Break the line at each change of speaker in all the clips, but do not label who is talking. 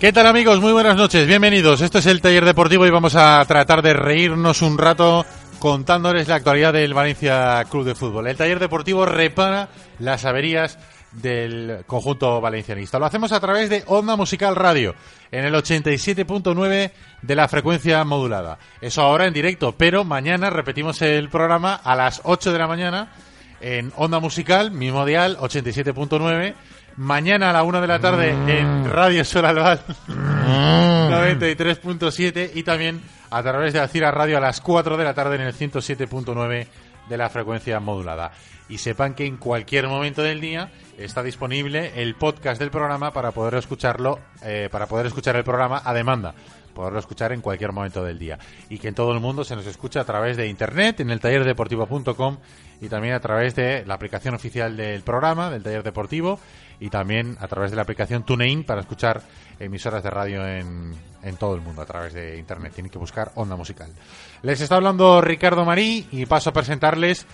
¿Qué tal amigos? Muy buenas noches, bienvenidos. Esto es el taller deportivo y vamos a tratar de reírnos un rato contándoles la actualidad del Valencia Club de Fútbol. El taller deportivo repara las averías del conjunto valencianista. Lo hacemos a través de Onda Musical Radio, en el 87.9 de la frecuencia modulada. Eso ahora en directo, pero mañana repetimos el programa a las 8 de la mañana en Onda Musical, mismo dial, 87.9 mañana a la una de la tarde en Radio Sol Albal 93.7 y también a través de Acira Radio a las 4 de la tarde en el 107.9 de la frecuencia modulada. Y sepan que en cualquier momento del día está disponible el podcast del programa para poder escucharlo, eh, para poder escuchar el programa a demanda poderlo escuchar en cualquier momento del día. Y que en todo el mundo se nos escucha a través de internet, en el tallerdeportivo.com y también a través de la aplicación oficial del programa, del taller deportivo, y también a través de la aplicación TuneIn para escuchar emisoras de radio en, en todo el mundo a través de internet. Tienen que buscar onda musical. Les está hablando Ricardo Marí y paso a presentarles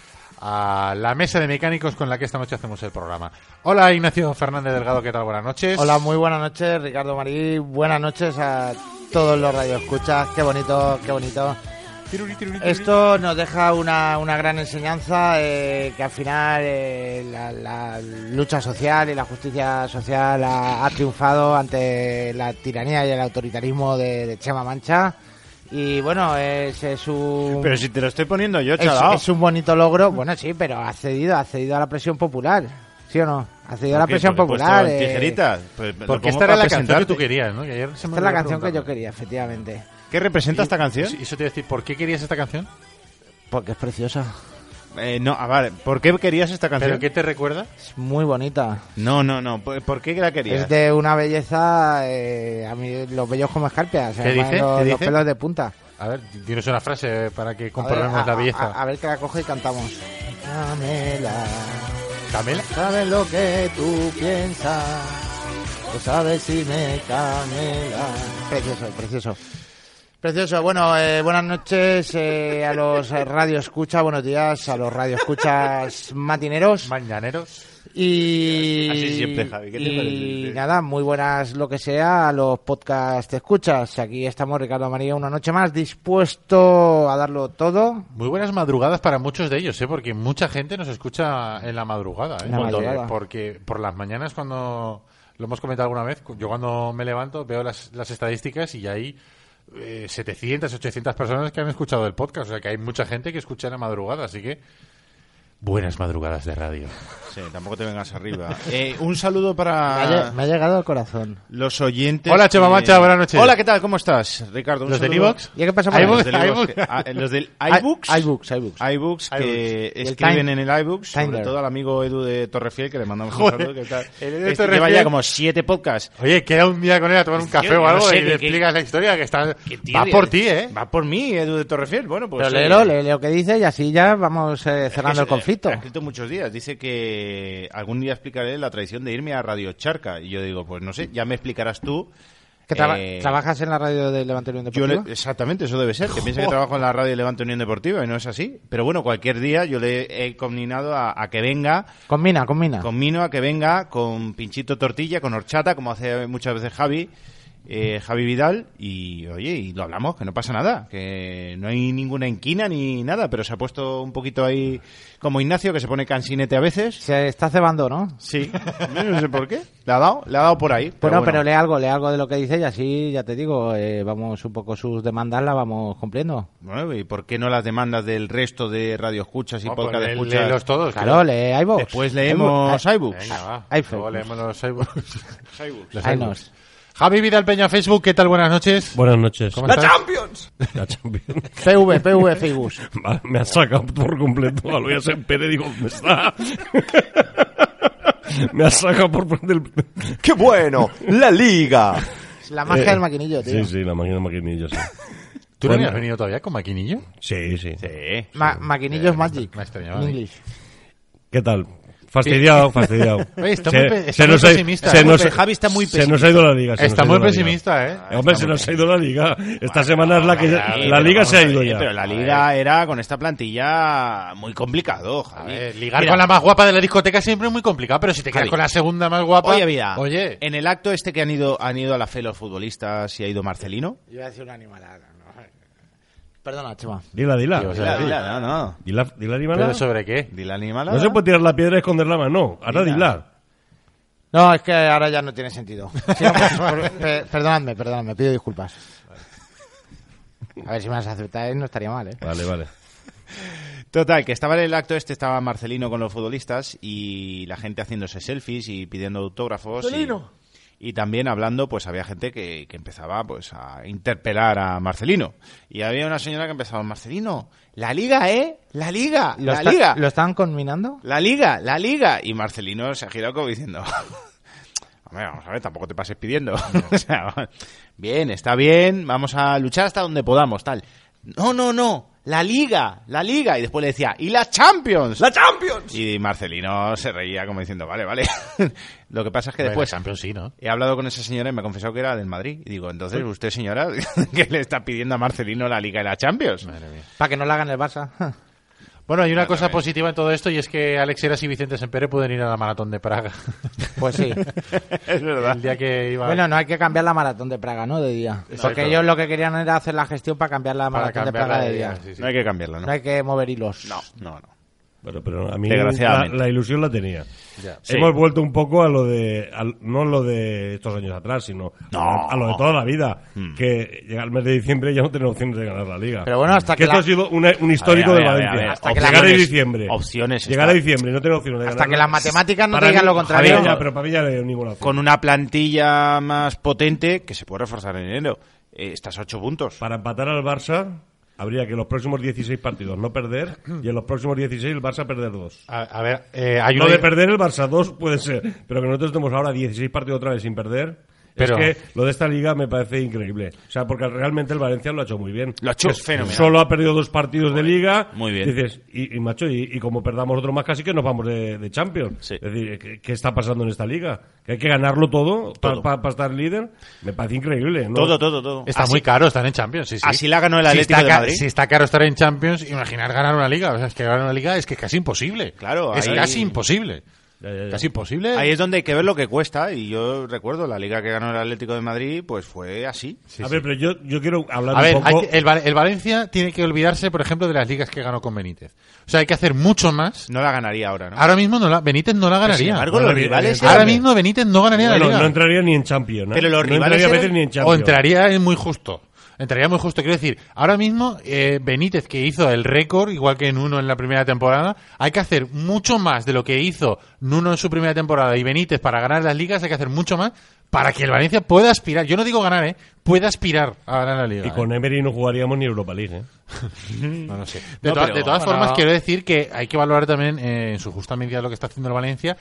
a la mesa de mecánicos con la que esta noche hacemos el programa. Hola Ignacio Fernández Delgado, ¿qué tal? Buenas noches.
Hola, muy buenas noches, Ricardo Marí. Buenas noches a todos los radioescuchas. Qué bonito, qué bonito. Esto nos deja una, una gran enseñanza eh, que al final eh, la, la, lucha social y la justicia social ha, ha, triunfado ante la tiranía y el autoritarismo de, de Chema Mancha. Y bueno, es, es, un.
Pero si te lo estoy poniendo yo,
chaval. Es, es, un bonito logro. Bueno, sí, pero ha cedido, ha cedido a la presión popular. ¿Sí o no? Ha cedido a la presión popular.
Eh... Tijeritas. Pues,
porque esta era la canción que tú querías, ¿no? Que ayer
se me Eh, esta es la canción que yo quería, efectivamente.
¿Qué representa y, esta canción?
Y eso te iba a decir, ¿por qué querías esta canción?
Porque es preciosa.
Eh, no, ah, vale. ¿Por qué querías esta canción?
¿Pero qué te recuerda?
Es muy bonita.
No, no, no. ¿Por qué la querías?
Es de una belleza. Eh, a mí, los bellos como escarpias.
¿Qué dice?
Los,
¿Qué
los
dice?
pelos de punta.
A ver, tienes una frase para que comprobemos a ver, a,
la
belleza.
A, a, ver que la coge y cantamos. Camela.
¿Camela?
¿Sabes lo que tú piensas? Tú sabes si me camela. Precioso, precioso. Precioso. Bueno, eh, buenas noches eh, a los radio escucha, buenos días a los radio escuchas matineros.
Mañaneros.
Y,
Así siempre, Javi. ¿Qué te
y nada, muy buenas lo que sea a los podcast te escuchas. Aquí estamos, Ricardo María, una noche más dispuesto a darlo todo.
Muy buenas madrugadas para muchos de ellos, ¿eh? porque mucha gente nos escucha en la madrugada. ¿eh?
La madrugada.
Porque por las mañanas cuando, lo hemos comentado alguna vez, yo cuando me levanto veo las, las estadísticas y ahí... 700, 800 personas que han escuchado el podcast. O sea que hay mucha gente que escucha en la madrugada, así que. Buenas madrugadas de radio.
Sí, tampoco te vengas arriba. Eh, un saludo para.
Me ha, me ha, llegado al corazón.
Ah. Los oyentes.
Hola, Chema Macha, buenas noches.
Hola, ¿qué tal? ¿Cómo estás, Ricardo?
¿Los del iBox?
E ¿Ya qué pasa
por ah, Los del iBooks.
iBooks, iBooks.
iBooks que escriben en el iBooks. Sobre todo al amigo Edu de Torrefiel, que le mandamos un saludo. Que está,
el
Edu este lleva ya como siete podcasts.
Oye, queda un día con él a tomar un café o algo y le explicas la historia que está. Va por ti, ¿eh?
Va por mí, Edu de Torrefiel. Bueno, pues.
Pero léelo, lo que dice y así ya vamos eh, cerrando el conflicto.
Ha escrito muchos días. Dice que algún día explicaré la tradición de irme a Radio Charca. Y yo digo, pues no sé, ya me explicarás tú
¿Que traba-
eh,
¿Trabajas en la radio de Levante Unión
yo le-
Deportiva?
exactamente, eso debe ser. Que piensa que trabajo en la radio de Levante Unión Deportiva y no es así. Pero bueno, cualquier día yo le he combinado a, a que venga,
Combina, combina.
con Mino, a que venga, con pinchito tortilla, con horchata, como hace muchas veces Javi, eh, Javi Vidal. Y oye, y lo hablamos, que no pasa nada, que no hay ninguna inquina ni nada, pero se ha puesto un poquito ahí como Ignacio, que se pone cansinete a veces.
Se está cebando, ¿no?
Sí, no sé por qué. Le ha dado, le ha dado por ahí.
Bueno, pero
bueno.
lee algo, lee algo de lo que dice y así, ya te digo, eh, vamos un poco sus demandas, las vamos cumpliendo.
Bueno, ¿y por qué no las demandas del resto de radioescuchas y
Oh,
podcast
pues
de
lé-
escuchas?
léelos todos.
Claro, lee iVoox.
Después leemos
que-
iBooks.
Venga, va.
iPhone.
Luego leemos los iBooks. Los
iVoox.
iBooks. Javi Vidal Peña Facebook, ¿qué tal? Buenas noches.
Buenas noches.
¿Cómo estás?
La Champions.
PV, PV, Facebook.
Vale, me ha sacado por completo. Lo voy a hacer en PD, digo, ¿dónde está? me ha sacado por... del-
¡Qué bueno! ¡La liga!
La magia
Eh,
del maquinillo, tío.
Sí, sí, la máquina maquinilla, sí.
¿Tú no
Bueno.
has venido todavía con maquinillo?
Sí, sí.
Sí.
Ma- maquinillo es
me
magic.
Eh, me extrañaba a
En
mí.
English.
¿Qué tal? Fastidiado, fastidiado.
Oye, está
Se-
muy pe- está
se
muy
nos ha-
pesimista,
se
¿eh?
nos-
Muy pe- Javi está muy
Se nos ha ido la liga. se nos
Está
ha
muy
ido la liga.
pesimista, ¿eh?
Eh, Hombre, se nos ha ido la liga. Esta semana es la que... ya-
vale,
La
pero
liga se ha ido
Oye,
ya.
Pero la liga era con esta plantilla muy complicado,
A
Javi.
ver, ligar
Mira,
con la más guapa de la discoteca siempre es muy complicado, pero si te quedas
Javi.
con la segunda más guapa...
Oye, vida.
Oye,
En el acto este que han ido, han ido a la fe los futbolistas y ha ido Marcelino.
Yo iba a decir una animalada. ¿no? Perdona, Chema.
Dila, dila.
Tío, o
Dila,
sea, sí.
dila, no, no.
Dila, dila, dila.
¿pero sobre qué?
Dila animalada.
No se puede tirar la piedra y esconder la mano. Ahora
Dila.
dila.
No, es que Eh, ahora ya no tiene sentido. Sí, vamos, por- pe- perdonadme, perdonadme, pido disculpas. A ver si me las aceptáis, no estaría mal, ¿eh?
Vale, vale.
Total, que estaba en el acto este, estaba Marcelino con los futbolistas y la gente haciéndose selfies y pidiendo autógrafos. y- Y, también hablando, pues había gente que, que empezaba pues a interpelar a Marcelino. Y había una señora que empezaba, Marcelino, la liga, ¿eh? La liga,
¿Lo,
la
está-
liga.
¿Lo están combinando?
La liga, la liga. Y Marcelino se ha girado como diciendo... Hombre, vamos a ver, tampoco te pases pidiendo. o sea, bien, está bien, vamos a luchar hasta donde podamos, tal. No, no, no, la liga, la liga. Y después le decía, ¿y la Champions?
¡La Champions!
Y Marcelino se reía como diciendo, vale, vale. Lo que pasa es que
Bueno,
después
Champions sí, ¿no?
he hablado con esa señora y me ha confesado que era del Madrid. Y digo, entonces, ¿usted, señora, que le está pidiendo a Marcelino la liga y la Champions?
Para que no la hagan el Barça.
Bueno, hay una cosa positiva en todo esto y es que Alex Heras y Vicente Sempere pueden ir a la maratón de Praga.
Pues sí.
es verdad.
El día que iba
Bueno, no hay que cambiar la maratón de Praga, ¿no? De día. Porque ellos lo que querían era hacer la gestión para cambiar la
para
maratón de
cambiar
Praga
la
de día.
sí, sí.
No hay que cambiarla, ¿no?
No hay que mover hilos.
No, no, no.
Bueno, pero a mí la,
Desgraciadamente.
la ilusión la tenía.
Sí.
Hemos vuelto un poco a lo de, al- no lo de estos años atrás, sino a, a lo de toda la vida, que llega el mes de diciembre y ya no tenemos opciones de ganar la liga.
Pero bueno, hasta que
esto
la-
ha sido una- un histórico
A
de
ver, a ver, a ver,
Valencia.
hasta que la-
llegar a
opciones-
diciembre.
opciones
Llegar
está.
a diciembre y no tener opciones de
Hasta
ganar
que
la-
las matemáticas no
Para
digan
mí-
lo contrario.
Javier, ya, pero para mí ya no hay ninguna opción.
con una plantilla más potente que se puede reforzar en enero. Eh, estás a ocho puntos.
Para empatar al Barça, habría que en los próximos 16 partidos no perder y en los próximos 16 el Barça perder dos.
A, a ver, eh, hay
Lo
una-
de perder el Barça 2 puede ser, pero que nosotros estemos ahora 16 partidos otra vez sin perder.
Pero-
Es que lo de esta liga me parece increíble. O sea, porque realmente el Valencia lo ha hecho muy bien.
Lo ha hecho
Es-
fenomenal.
Solo ha perdido dos partidos de liga.
muy bien.
Dices, y, y, macho, y, y como perdamos otro más casi que nos vamos de, de Champions.
Sí.
Es decir, ¿qué, qué está pasando en esta liga? Que hay que ganarlo todo,
Todo.
para estar líder. Me parece increíble. ¿no?
Todo, todo, todo.
Está
así,
muy caro estar en Champions, sí, sí.
Ah, así la ganó el
si
Atlético
está,
de
ca-
Madrid.
si está caro estar en Champions, imaginar ganar una liga. O sea, es que ganar una liga es que es casi imposible.
Claro,
Es
ahí-
casi imposible.
Ya, ya, ya.
Casi imposible.
Ahí es donde hay que ver lo que cuesta. Y yo recuerdo la liga que ganó el Atlético de Madrid, pues fue así.
a ver, pero yo, yo quiero hablar
A ver,
un poco...
hay que- el, Val- el Valencia tiene que olvidarse, por ejemplo, de las ligas que ganó con Benítez. O sea, hay que hacer mucho más.
No la ganaría ahora, ¿no?
Ahora mismo no la, Benítez no la ganaría.
sin embargo,
No,
los
no,
rivales.
Ahora
eran-
mismo Benítez no ganaría la
Bueno,
liga.
no entraría ni en Champions. ¿no?
Pero los
No
rivales
entraría a veces
eran-
ni en
o
Champions.
entraría en muy justo. Entraría muy justo. Quiero decir, ahora mismo eh, Benítez, que hizo el récord, igual que Nuno en la primera temporada, hay que hacer mucho más de lo que hizo Nuno en su primera temporada y Benítez para ganar las ligas, hay que hacer mucho más para que el Valencia pueda aspirar. Yo no digo ganar, ¿eh? Pueda aspirar a ganar la liga.
Y con Emery no jugaríamos ni Europa League. ¿eh?
No, no sé.
De,
No,
toda-
pero-
de todas
bueno.
formas, quiero decir que hay que valorar también eh, en su justa medida lo que está haciendo el Valencia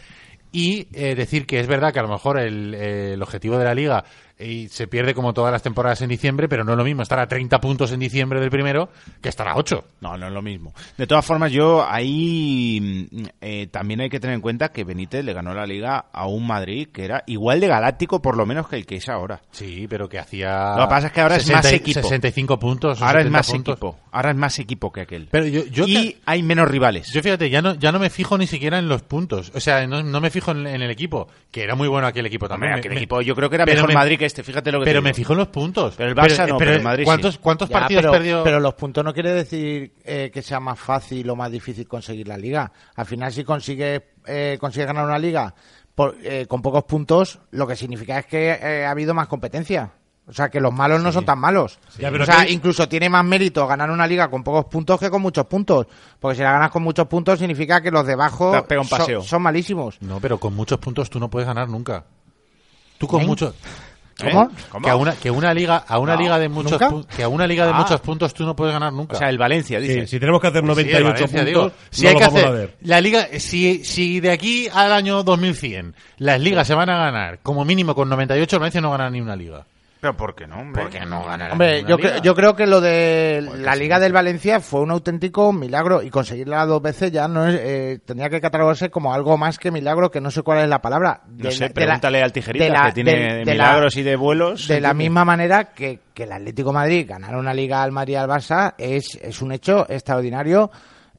y eh, decir que es verdad que a lo mejor el, eh, el objetivo de la liga eh, se pierde como todas las temporadas en diciembre, pero no es lo mismo estar a 30 puntos en diciembre del primero que estar a 8.
No, no es lo mismo. De todas formas, yo ahí mm, eh, también hay que tener en cuenta que Benítez le ganó la liga a un Madrid que era igual de galáctico por lo menos que el que es ahora.
Sí, pero que hacía.
Lo que pasa es que ahora es más
y-
equipo.
65 puntos. o
Ahora es
70
más
puntos.
equipo. Ahora es más equipo que aquel.
Pero yo, yo
y
te-
hay menos rivales.
Yo fíjate, ya no, ya no me fijo ni siquiera en los puntos. O sea, no, no me fijo en, en el equipo, que era muy bueno aquel equipo también.
Hombre,
Me-
aquel
me-
equipo yo creo que era
pero
mejor
me-
Madrid que este. Fíjate lo que te
Pero me
digo.
fijo en los puntos.
Pero el Barça no, pero el Madrid sí.
¿Cuántos, cuántos
Ya,
partidos
pero,
perdió?
pero los puntos no quiere decir eh, que sea más fácil o más difícil conseguir la liga. Al final, si consigues eh, consigues ganar una liga por- eh, con pocos puntos, lo que significa es que eh, ha habido más competencia. O sea, que los malos no son tan malos.
Ya, pero
o sea,
que-
incluso tiene más mérito ganar una liga con pocos puntos que con muchos puntos. Porque si la ganas con muchos puntos, significa que los de
Te
abajo
has pegado un
son-
paseo.
Son, malísimos.
No, pero con muchos puntos tú no puedes ganar nunca. Tú con
¿Eh?
muchos
¿Eh?
¿Cómo?
¿Cómo?
que a una que una liga a una
No,
liga de muchos
¿nunca?
pu- que a una liga de
Ah.
muchos puntos tú no puedes ganar nunca.
O sea, el Valencia, Pues
Sí,
dice.
Eh, si tenemos que hacer
Pues Sí,
98
el Valencia,
puntos,
digo, si
no
hay
lo
que
vamos
hacer
a ver.
la liga si si de aquí al año 2100 las ligas se van a ganar como mínimo con 98 el Valencia no gana ni una liga.
Pero ¿por qué no, hombre?
Porque no ganará.
Hombre,
ninguna
yo,
liga.
cre- yo creo que lo de
Pues
la Liga del Valencia fue un auténtico milagro y conseguirla dos veces ya no es, eh, tendría que catalogarse como algo más que milagro, que no sé cuál es la palabra.
No
De
sé,
la- de la-
pregúntale al Tijerita,
de la-
que tiene
del- de la-
milagros y de vuelos.
De la misma manera que, que el Atlético de Madrid ganar una Liga al Madrid y al Barça es, es un hecho extraordinario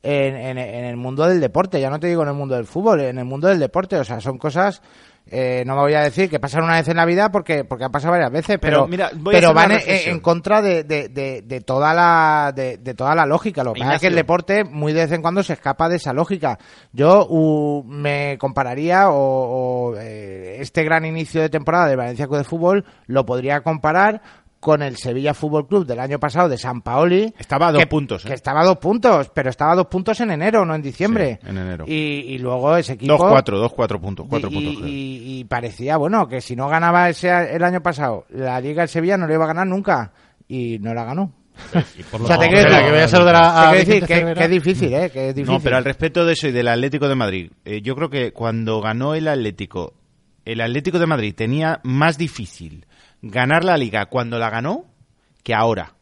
en, en- en el mundo del deporte. Ya no te digo en el mundo del fútbol, en el mundo del deporte. O sea, son cosas... eh, no me voy a decir que pasan una vez en la vida porque porque han pasado varias veces, pero
Pero, mira, voy a
pero
hacer una
van en,
reflexión.
en contra de, de- de- de toda la de, de toda la lógica. Lo que pasa es que el
Ignacio.
deporte muy de vez en cuando se escapa de esa lógica. Yo uh, me compararía o, o, eh, este gran inicio de temporada de Valencia Club de Fútbol lo podría comparar con el Sevilla Fútbol Club del año pasado de San Paoli.
Estaba a dos
que-
puntos, ¿eh?
Que estaba a dos puntos, pero estaba a dos puntos en enero, no en diciembre.
Sí, en enero.
Y, y luego ese equipo...
2-4, 2-4 puntos.
Y-
4
y,
puntos. creo.
y- y parecía, bueno, que si no ganaba ese el año pasado, la Liga del Sevilla no le iba a ganar nunca. Y no la ganó.
Pues,
por
O sea,
lo-
te
no,
quiero
espera,
Espera,
decir-
que voy a saludar a, a
Te quiero
Vicente
decir que,
Cervera.
que es difícil, ¿eh? Que es difícil.
No, pero al respecto de eso y del Atlético de Madrid, eh, yo creo que cuando ganó el Atlético, el Atlético de Madrid tenía más difícil ganar la liga cuando la ganó que ahora.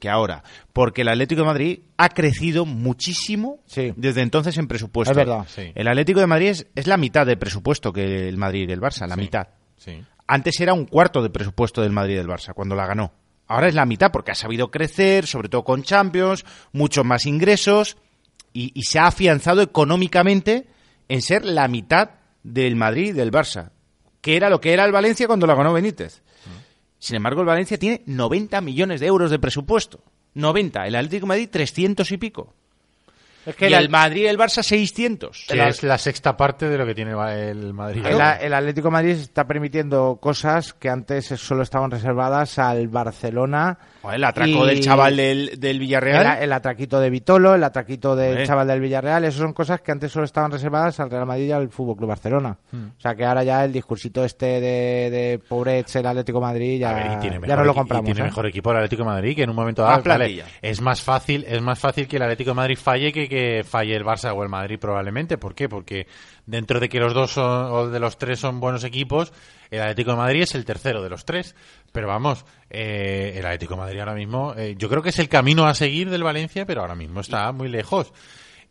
Que ahora. Porque el Atlético de Madrid ha crecido muchísimo
Sí.
desde entonces en presupuesto.
Es verdad.
Sí.
El Atlético de Madrid es, es la mitad de presupuesto que el Madrid y el Barça, la mitad.
Sí.
Antes era un cuarto de presupuesto del Madrid y del Barça cuando la ganó. Ahora es la mitad porque ha sabido crecer, sobre todo con Champions, muchos más ingresos y, y se ha afianzado económicamente en ser la mitad del Madrid y del Barça, que era lo que era el Valencia cuando la ganó Benítez. Sin embargo, el Valencia tiene 90 millones de euros de presupuesto. 90. El Atlético de Madrid 300 y pico.
es
Y
que
el
el,
Madrid y el Barça 600.
Que es la sexta parte de lo que tiene va- el Madrid.
el- el Atlético de Madrid está permitiendo cosas que antes solo estaban reservadas al Barcelona.
Joder, el atraco
y-
del chaval del, del Villarreal.
El, el atraquito de Vitolo, el atraquito del
Hombre.
chaval del Villarreal, eso son cosas que antes solo estaban reservadas al Real Madrid y al Fútbol Club Barcelona.
Hmm.
O sea que ahora ya el discursito este de, de pobrez el Atlético de Madrid ya,
A ver, y tiene
ya
mejor
no lo
equi- y
compramos.
tiene
¿eh?
mejor equipo el Atlético de Madrid que en un momento
Más
dado vale,
plantilla.
es más fácil es más fácil que el Atlético de Madrid falle que que falle el Barça o el Madrid probablemente ¿por qué? porque dentro de que los dos son, o de los tres son buenos equipos el Atlético de Madrid es el tercero de los tres pero vamos eh, el Atlético de Madrid ahora mismo eh, yo creo que es el camino a seguir del Valencia pero ahora mismo está muy lejos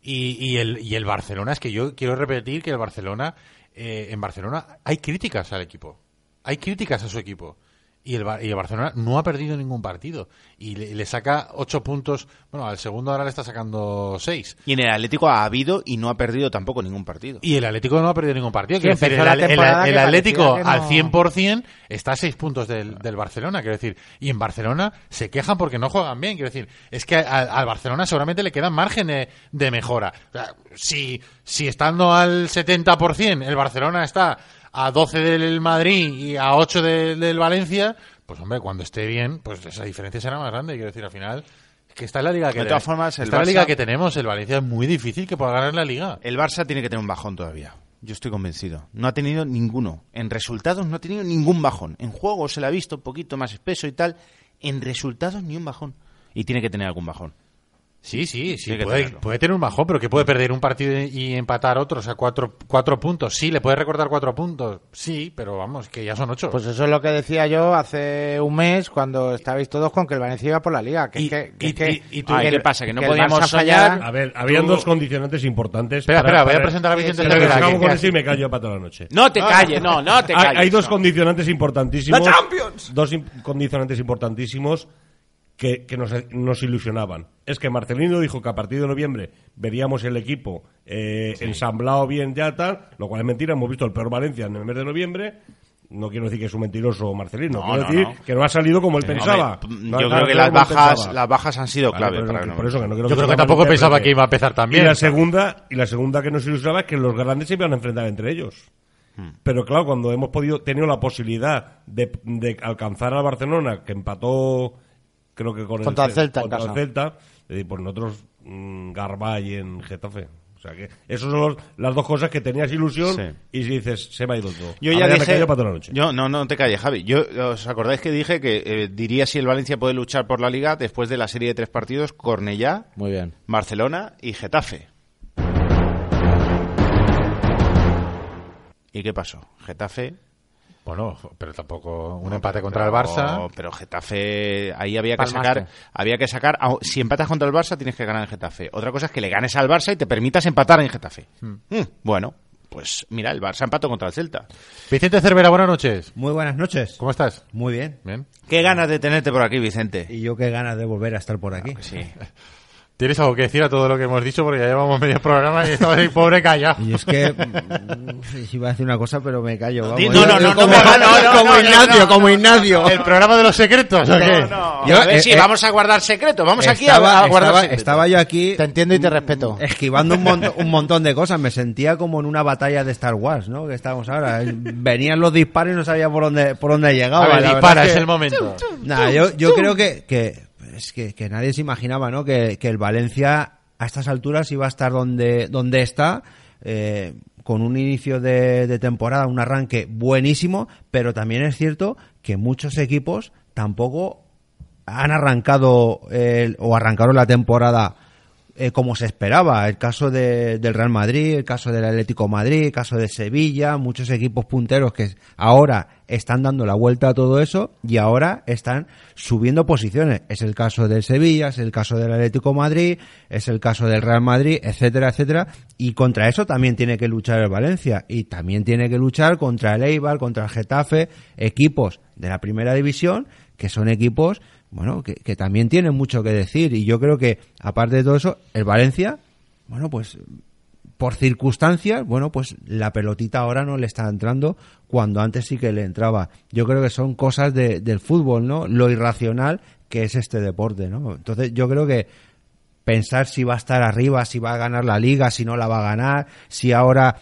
y, y el, y el Barcelona es que yo quiero repetir que el Barcelona eh, en Barcelona hay críticas al equipo hay críticas a su equipo. Y el, Bar- y el Barcelona no ha perdido ningún partido. Y le, le saca ocho puntos. Bueno, al segundo ahora le está sacando seis.
Y en el Atlético ha habido y no ha perdido tampoco ningún partido.
Y el Atlético no ha perdido ningún partido.
Sí,
Quiero decir,
empezó
el,
la
al- el-
temporada
el
que
Atlético
parecía que
al
no-
100% está a seis puntos del, del Barcelona. Quiero decir, y en Barcelona se quejan porque no juegan bien. Quiero decir, es que al, al Barcelona seguramente le quedan márgenes de mejora. O sea, si, si estando al 70%, el Barcelona está a 12 del Madrid y a 8 del, del Valencia, pues hombre, cuando esté bien, pues esa diferencia será más grande. Quiero decir, al final. es Que está en la liga que
De
te-
todas formas, el
está en la liga
Barça-
que tenemos. El Valencia es muy difícil que pueda ganar la liga.
El Barça tiene que tener un bajón todavía. Yo estoy convencido. No ha tenido ninguno. En resultados no ha tenido ningún bajón. En juego se le ha visto un poquito más espeso y tal. En resultados ni un bajón. y tiene que tener algún bajón.
Sí, sí, sí.
Tiene que
Puede,
tenerlo.
puede tener un bajón, pero que puede perder un partido y empatar otro. O sea, cuatro, cuatro puntos. Sí, le puede recortar cuatro puntos. Sí, pero vamos, que ya son ocho.
Pues eso es lo que decía yo hace un mes cuando estabais todos con que el Valencia iba por la liga. Que
Y-
es que, que
y-
es que-
y- y tú-
que
Ay,
el-
¿qué pasa? Que no
el
podíamos
Barça
soñar.
fallara-
A ver, habían dos condicionantes importantes.
Espera, espera, voy a presentar a Vicente
Pero que
Herrera,
acabo
que-
con
que-
eso y me callo para toda la noche.
No te calles, no, no te
Hay-
calles.
hay dos
no.
condicionantes importantísimos.
¡La Champions!
Dos im- condicionantes importantísimos que, que nos, nos ilusionaban. Es que Marcelino dijo que a partir de noviembre veríamos el equipo eh, ensamblado bien ya tal, lo cual es mentira. Hemos visto el peor Valencia en el mes de noviembre. No quiero decir que es un mentiroso Marcelino,
No,
quiero
no,
decir
no.
que no ha salido como él pensaba.
Eh, Hombre, mm,
No ha
yo
salido
creo que
como
las
él
bajas,
pensaba.
las bajas han sido
Vale,
clave
pero
para
no-
que no-
por eso que no creo
Yo creo
se
que tampoco
malinterprete.
pensaba que iba a empezar tan bien.
Y la segunda, y la segunda que nos ilusionaba es que los grandes se iban a enfrentar entre ellos.
Hmm.
Pero claro, cuando hemos podido, tenido la posibilidad de, de alcanzar al Barcelona, que empató, creo que con
Contra
el
el Celta en
contra el
casa.
Celta, eh, pues nosotros mm, Garbay en Getafe. O sea que esas son los- las dos cosas que tenías ilusión
Sí.
y si dices, se me ha ido todo.
Yo
Ahora
ya
me
dije,
callo para toda la noche.
Yo, no, no te calles, Javi. Yo, ¿Os acordáis que dije que eh, diría si el Valencia puede luchar por la Liga después de la serie de tres partidos Cornellá,
Muy bien.
Barcelona y Getafe? ¿Y qué pasó? Getafe...
Bueno, pero tampoco un empate contra
pero-
el Barça.
Pero Getafe, ahí había que
Palmaste.
sacar... Había que sacar... au- Si empatas contra el Barça, tienes que ganar en Getafe. Otra cosa es que le ganes al Barça y te permitas empatar en Getafe.
Hmm.
Mm, bueno, pues mira, el Barça empató contra el Celta.
Vicente Cervera, buenas noches.
Muy buenas noches.
¿Cómo estás?
Muy bien.
Bien.
Qué ganas de tenerte por aquí, Vicente.
Y yo qué ganas de volver a estar por aquí.
Sí.
¿Tienes algo que decir a todo lo que hemos dicho? Porque ya llevamos medio programa y estaba ahí pobre callado.
Y es que mm, iba a decir una cosa, pero me callo. vamos.
No,
Yo-
no, no,
yo
no me hagas- no, no, no,
como
no, no,
Ignacio, como Ignacio.
¿El programa de los secretos o qué?
No,
Yo,
a ver,
eh,
sí,
eh,
vamos a guardar secretos. Vamos aquí a- a,
Estaba-
guardar
estaba-
secretos.
estaba yo aquí
Te entiendo y te respeto.
esquivando un, mon- un montón de cosas. Me sentía como en una batalla de Star Wars, ¿no? Que estábamos ahora. Venían los disparos y no sabía por dónde por dónde llegaba.
A ver,
La verdad
dispara,
que-
es el momento.
Nah, yo, yo creo que, que es que, que nadie se imaginaba, ¿no? Que, que el Valencia a estas alturas iba a estar donde, donde está, eh, con un inicio de, de temporada, un arranque buenísimo, pero también es cierto que muchos equipos tampoco han arrancado el- o arrancaron la temporada eh, como se esperaba. El caso de- del Real Madrid, el caso del Atlético de Madrid, el caso de Sevilla, muchos equipos punteros que ahora están dando la vuelta a todo eso y ahora están subiendo posiciones. Es el caso del Sevilla, es el caso del Atlético de Madrid, es el caso del Real Madrid, etcétera, etcétera. Y contra eso también tiene que luchar el Valencia y también tiene que luchar contra el Eibar, contra el Getafe, equipos de la primera división que son equipos, bueno, que, que también tienen mucho que decir. Y yo creo que, aparte de todo eso, el Valencia, bueno, pues por circunstancias, bueno, pues la pelotita ahora no le está entrando cuando antes sí que le entraba. Yo creo que son cosas de- del fútbol, ¿no? Lo irracional que es este deporte, ¿no? Entonces yo creo que pensar si va a estar arriba, si va a ganar la liga, si no la va a ganar, si ahora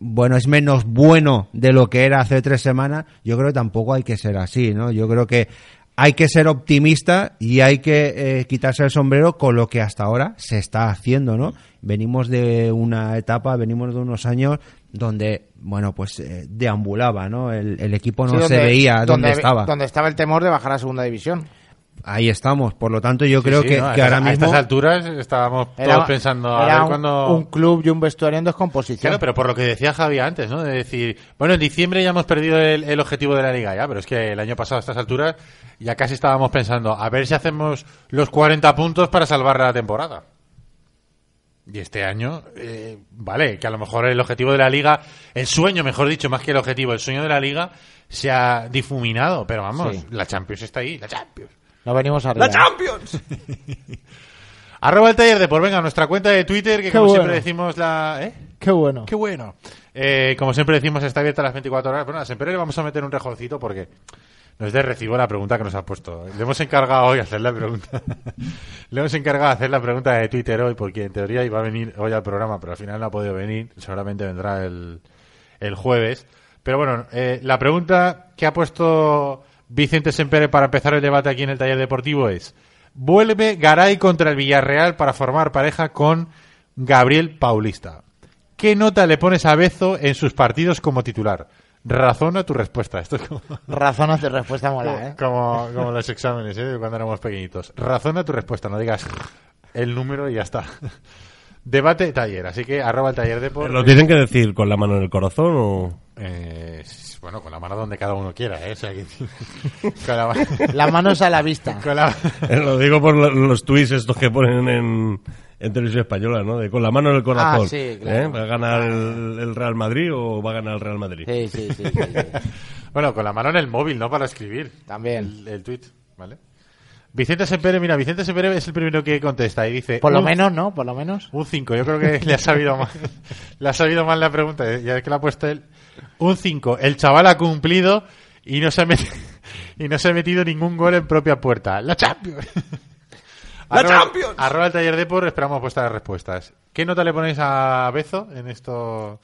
bueno, es menos bueno de lo que era hace tres semanas, yo creo que tampoco hay que ser así, ¿no? Yo creo que hay que ser optimista y hay que eh, quitarse el sombrero con lo que hasta ahora se está haciendo, ¿no? Venimos de una etapa, venimos de unos años donde, bueno, pues eh, deambulaba, ¿no? El, el equipo no
Sí,
se veía dónde, estaba.
Donde estaba el temor de bajar a segunda división.
Ahí estamos, por lo tanto yo
Sí,
creo
sí,
que,
no, a
que
estas-
ahora
A
mismo...
estas alturas estábamos todos pensando, a
era
ver
un,
cuándo...
un club y un vestuario en descomposición.
Claro, pero por lo que decía Javi antes, ¿no? De decir, bueno, en diciembre ya hemos perdido el, el objetivo de la liga, ya, pero es que el año pasado a estas alturas ya casi estábamos pensando, a ver si hacemos los 40 puntos para salvar la temporada. Y este año, eh, vale, que a lo mejor el objetivo de la liga, el sueño, mejor dicho, más que el objetivo, el sueño de la liga se ha difuminado, pero vamos,
Sí.
la Champions está ahí, la Champions.
No venimos arriba.
¡La Champions!
Arroba el taller de por venga, nuestra cuenta de Twitter, que
Qué
como
bueno.
siempre decimos la... ¿eh?
Qué bueno.
Qué bueno. Eh, como siempre decimos, está abierta las 24 horas. Bueno, a Sempere le vamos a meter un rejoncito porque nos de recibo la pregunta que nos ha puesto. Le hemos encargado hoy hacer la pregunta. le hemos encargado hacer la pregunta de Twitter hoy porque en teoría iba a venir hoy al programa, pero al final no ha podido venir. Seguramente vendrá el, el jueves. Pero bueno, eh, la pregunta que ha puesto Vicente Sempere para empezar el debate aquí en el taller deportivo es: ¿Vuelve Garay contra el Villarreal para formar pareja con Gabriel Paulista? ¿Qué nota le pones a Bezo en sus partidos como titular? razona tu respuesta. Esto es como,
Razones de respuesta mola, ¿eh?
como, como los exámenes, ¿eh? Cuando éramos pequeñitos. Razona tu respuesta, no digas el número y ya está. Debate taller, así que arroba el taller de por.
¿Lo tienen que decir con la mano en el corazón o...?
Eh, s- bueno, con la mano donde cada uno quiera, ¿eh? O sea, que- con la, ma-
Las manos a la vista.
con la-
Eh, Lo digo por lo- los tweets estos que ponen en, en televisión española, ¿no? De con la mano en el corazón.
Ah, sí, claro. Ah.
¿eh? ¿Va a ganar el, el Real Madrid o va a ganar el Real Madrid?
Sí, sí, sí, sí, sí.
bueno, con la mano en el móvil, no para escribir.
También.
El, tweet, ¿vale? Vicente Sempere, mira, Vicente Sempere es el primero que contesta y dice.
Por lo
"Un-
menos, ¿no? Por lo menos.
Un 5, yo creo que le ha sabido mal, le ha sabido mal la pregunta, eh, ya que la ha puesto él. Un 5, el chaval ha cumplido y no se ha metido, y no se ha metido ningún gol en propia puerta. ¡La Champions! ¡La Champions! Arroba el taller de por, esperamos vuestras respuestas. ¿Qué nota le ponéis a Bezo en esto?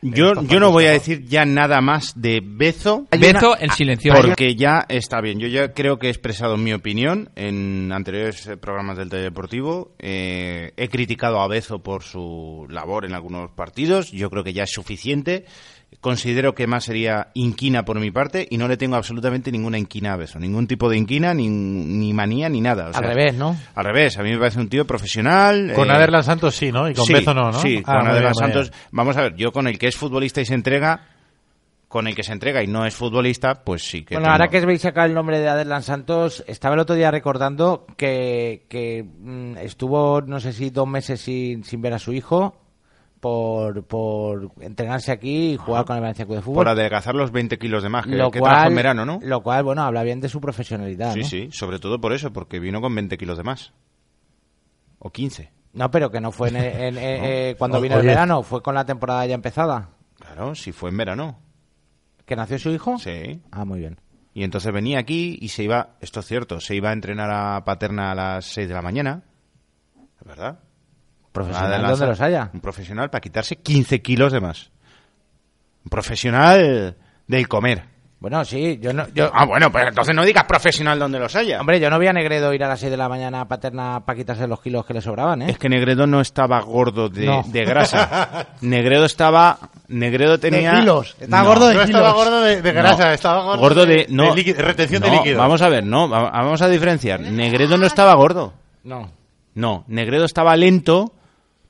en
Yo,
esta
yo no voy a
famosa-
decir ya nada más de Bezo. Ah,
Bezo, el silencioso.
Porque ya está bien. Yo ya creo que he expresado mi opinión en anteriores eh, programas del Taller Deportivo. Eh, he criticado a Bezo por su labor en algunos partidos. Yo creo que ya es suficiente. Considero que más sería inquina por mi parte y no le tengo absolutamente ninguna inquina a Bezo. Ningún tipo de inquina, ni, ni manía, ni nada. O
Al
sea,
revés, ¿no?
Al revés. A mí me parece un tío profesional.
Con
eh,
Aderlan Santos sí, ¿no? Y con
sí,
Bezo no, ¿no?
Sí,
Ah,
con
muy
Adelan
bien, muy
Santos.
bien.
Vamos a ver, yo con el que es futbolista y se entrega, con el que se entrega y no es futbolista, pues sí que.
Bueno,
tengo-
ahora que veis acá el nombre de Adelan Santos, estaba el otro día recordando que, que, mm, estuvo, no sé si dos meses sin, sin ver a su hijo por, por entrenarse aquí y jugar con el Valencia Club de Fútbol.
Por adelgazar los 20 kilos de más que, que trajo en verano, ¿no?
Lo cual, bueno, habla bien de su profesionalidad,
sí,
¿no?
sí, sobre todo por eso, porque vino con 20 kilos de más. O 15.
No, pero que no fue en- en- en- eh, cuando
O-
vino el
oye.
verano, fue con la temporada ya empezada.
Claro, si fue en verano.
¿Que nació su hijo?
Sí.
Ah, muy bien.
Y entonces venía aquí y se iba, esto es cierto, se iba a entrenar a Paterna a las 6 de la mañana. ¿Verdad?
Profesional
Adelante.
donde los haya.
Un profesional para quitarse 15 kilos de más. Un profesional del comer.
Bueno, sí, yo no, yo,
ah, bueno, pues entonces no digas profesional donde los haya.
hombre, yo no vi a Negredo ir a las 6 de la mañana a Paterna para quitarse los kilos que le sobraban, ¿eh?
Es que Negredo no estaba gordo de,
No.
de grasa. Negredo estaba. Negredo tenía.
kilos. Estaba
No.
gordo de
No estaba
kilos.
gordo de, de
No.
grasa, estaba gordo,
de. No.
líquido- retención de
No,
líquido.
Vamos a ver, no. va- Vamos a diferenciar. Negredo no estaba gordo.
No.
No. Negredo estaba lento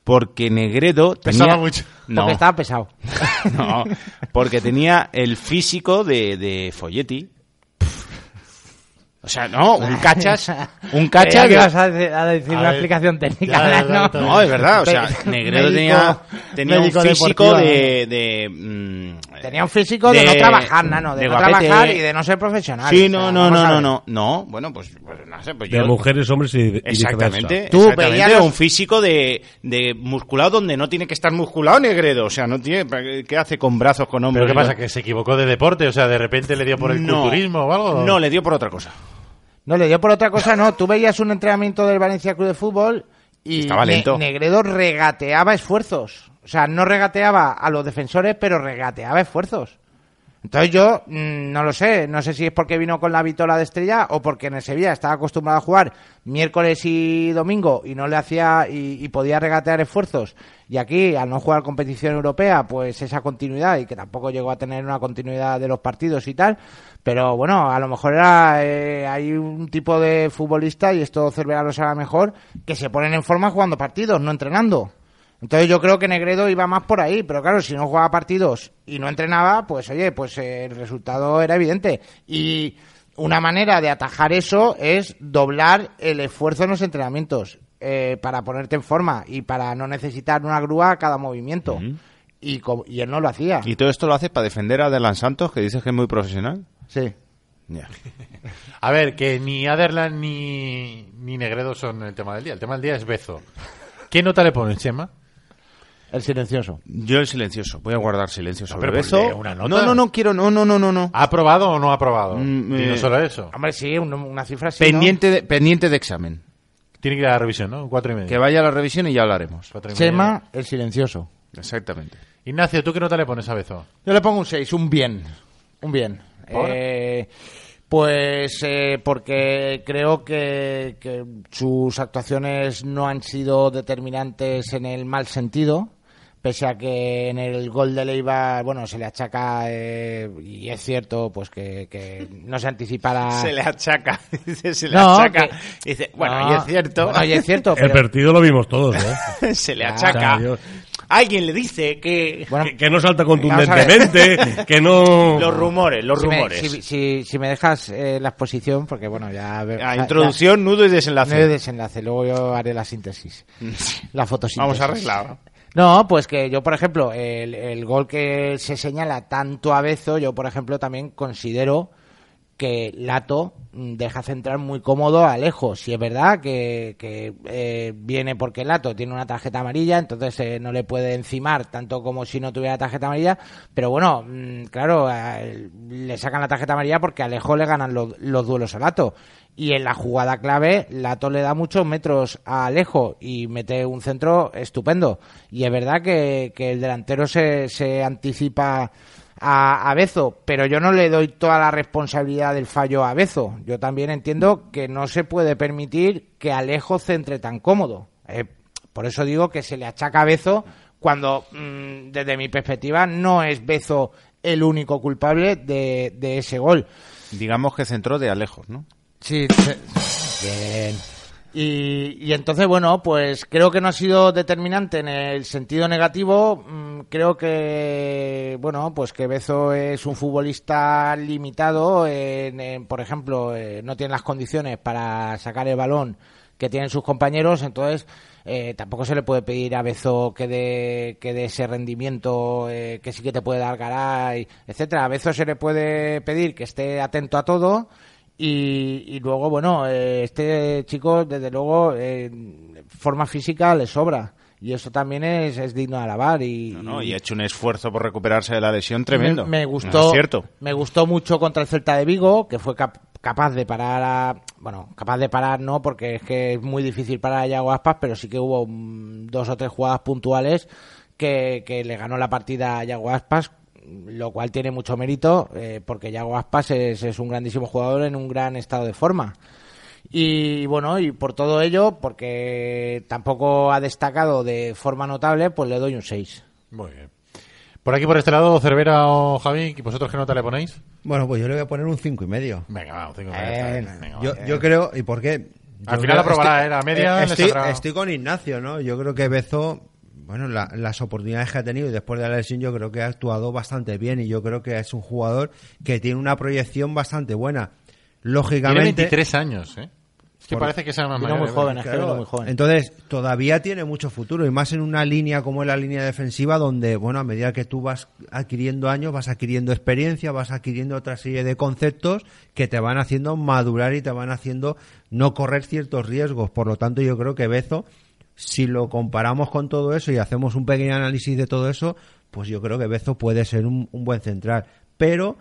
porque Negredo.
Pesaba
tenía-
mucho.
No.
Porque estaba pesado.
No, porque tenía el físico de, de Folletti. O sea, no, un cachas. Un
Creía
cachas.
que ibas a decir, a decir
A
una
ver,
explicación técnica.
ya,
¿verdad? no.
ya, ya, ya.
No, es verdad. O sea,
Pe-
Negredo
médico-
tenía, tenía un
médico
físico
deportivo,
de. de, mm,
Tenía un físico de, no
de-
trabajar, nano. De,
de
no
guapete.
trabajar y de no ser profesional.
Sí,
O
no,
sea,
no,
vamos
no,
a
no,
ver.
no. No, bueno, pues, pues no sé. Pues
De
yo,
mujeres, hombres y, y viceversa.
Exactamente.
Tú
exactamente,
veías los-
un físico de, de musculado donde no tiene que estar musculado Negredo. O sea, no tiene. ¿Qué hace con brazos, con hombros?
Pero ¿qué pasa? ¿Que se equivocó de deporte? O sea, de repente le dio por el
No.
culturismo o algo.
No, le dio por otra cosa.
No, le dio por otra cosa, no. Tú veías un entrenamiento del Valencia Club de Fútbol y
Estaba
Ne-
lento.
Negredo regateaba esfuerzos. O sea, no regateaba a los defensores, pero regateaba esfuerzos. Entonces yo mm, no lo sé, no sé si es porque vino con la vitola de estrella o porque en el Sevilla estaba acostumbrado a jugar miércoles y domingo y no le hacía y, y podía regatear esfuerzos. Y aquí, al no jugar competición europea, pues esa continuidad y que tampoco llegó a tener una continuidad de los partidos y tal. Pero bueno, a lo mejor era, eh, hay un tipo de futbolista, y esto Cervera lo sabe mejor, que se ponen en forma jugando partidos, no entrenando. Entonces yo creo que Negredo iba más por ahí, pero claro, si no jugaba partidos y no entrenaba, pues oye, pues eh, el resultado era evidente. Y una manera de atajar eso es doblar el esfuerzo en los entrenamientos eh, para ponerte en forma y para no necesitar una grúa a cada movimiento. y, co- y él no lo hacía.
¿Y todo esto lo haces para defender a Adelan Santos, que dices que es muy profesional?
Sí.
Ya.
A ver, que ni Aderlan ni, ni Negredo son el tema del día. El tema del día es Bezo. ¿Qué nota le pones, Chema?
El silencioso.
Yo el silencioso. Voy a guardar silencio sobre
pero
eso.
ponle pues una nota.
No, no, no quiero. No, no, no, no. no.
¿Ha aprobado o no ha aprobado?
Mm,
y no
eh,
solo eso.
Hombre, sí, un- una cifra así. ¿no?
pendiente, de, pendiente de examen.
Tiene que ir a la revisión, ¿no? Un Cuatro y medio.
Que vaya a la revisión y ya hablaremos.
Cuatro y medio.
Chema, el silencioso.
Exactamente.
Ignacio, ¿tú qué nota le pones a Bezo?
Yo le pongo un 6, un bien. Un bien.
¿Por?
Eh, pues eh, porque creo que, que sus actuaciones no han sido determinantes en el mal sentido, pese a que en el gol de Leiva, bueno, se le achaca, eh, y es cierto, pues que, que no se anticipara.
Se le achaca. Dice, se le
No,
achaca.
que-
Dice, bueno,
No,
Ah.
y es cierto.
bueno, y es cierto,
El
pero-
partido lo vimos todos, ¿eh?
se le
Ah.
Claro,
achaca.
Dios.
Alguien le dice que.
bueno,
Que, que no salta
Vamos a ver.
contundentemente, que no...
Los rumores, los
si me-
rumores.
si, si- si me dejas eh, la exposición, porque bueno, ya... ver-
Ah,
ya-
introducción, nudo y
No hay
desenlace.
desenlace, luego yo haré la síntesis. La fotosíntesis.
Vamos a arreglar.
No, pues que yo, por ejemplo, el, el gol que se señala tanto a Bezo, yo, por ejemplo, también considero que Lato mm, deja centrar muy cómodo a Alejo. Si es verdad que, que, eh, viene porque Lato tiene una tarjeta amarilla, entonces eh, no le puede encimar tanto como si no tuviera tarjeta amarilla. Pero bueno, mm, claro, a él le sacan la tarjeta amarilla porque a Alejo le ganan los, los duelos a Lato. Y en la jugada clave, Lato le da muchos metros a Alejo y mete un centro estupendo. Y es verdad que, que el delantero se, se anticipa a, a Bezo, pero yo no le doy toda la responsabilidad del fallo a Bezo. Yo también entiendo que no se puede permitir que Alejo centre tan cómodo. Eh, por eso digo que se le achaca a Bezo cuando, mm, desde mi perspectiva, no es Bezo el único culpable de, de ese gol.
Digamos que centró de Alejos, ¿no?
Sí, se- bien. Y, y entonces, bueno, pues creo que no ha sido determinante en el sentido negativo. Mm, Creo que, bueno, pues que Bezo es un futbolista limitado. en- en, por ejemplo, eh, no tiene las condiciones para sacar el balón que tienen sus compañeros, entonces eh, tampoco se le puede pedir a Bezo que dé que dé ese rendimiento eh, que sí que te puede dar Garay, etcétera. A Bezo se le puede pedir que esté atento a todo y, y luego, bueno, eh, este chico, desde luego, eh, forma física le sobra y eso también es, es digno de alabar y,
No, no,
y-
y ha hecho un esfuerzo por recuperarse de la lesión tremendo.
me, me
No
gustó.
es cierto.
Me gustó mucho contra el Celta de Vigo, que fue cap- capaz de parar a. Bueno, capaz de parar no, porque es que es muy difícil parar a Yago Aspas, pero sí que hubo mm, dos o tres jugadas puntuales que, que le ganó la partida a Yago Aspas, lo cual tiene mucho mérito, eh, porque Yago Aspas es, es un grandísimo jugador en un gran estado de forma. Y bueno, y por todo ello, porque tampoco ha destacado de forma notable, pues le doy un 6.
Muy bien. Por aquí, por este lado, Cervera o Javi, ¿y vosotros qué nota le ponéis?
Bueno, pues yo le voy a poner un cinco y medio.
Venga, vamos, cinco minutos, está bien.
Eh,
Venga,
Yo,
va.
yo creo, ¿y por qué?
Al
Yo
final
creo-
aprobará, ¿eh? La media le
estoy,
saldrá.
estoy con Ignacio, ¿no? Yo creo que Bezo, bueno, la- las oportunidades que ha tenido y después de la lesión, yo creo que ha actuado bastante bien y yo creo que es un jugador que tiene una proyección bastante buena.
Tiene
Lógicamente.
23 años, ¿eh? Es que
Por-
parece que sea más
Vino
mayor.
muy
¿eh?
joven, es que
Claro,
vino muy joven.
Entonces, todavía tiene mucho futuro y más en una línea como es la línea defensiva donde, bueno, a medida que tú vas adquiriendo años, vas adquiriendo experiencia, vas adquiriendo otra serie de conceptos que te van haciendo madurar y te van haciendo no correr ciertos riesgos. Por lo tanto, yo creo que Bezo, si lo comparamos con todo eso y hacemos un pequeño análisis de todo eso, pues yo creo que Bezo puede ser un, un buen central, pero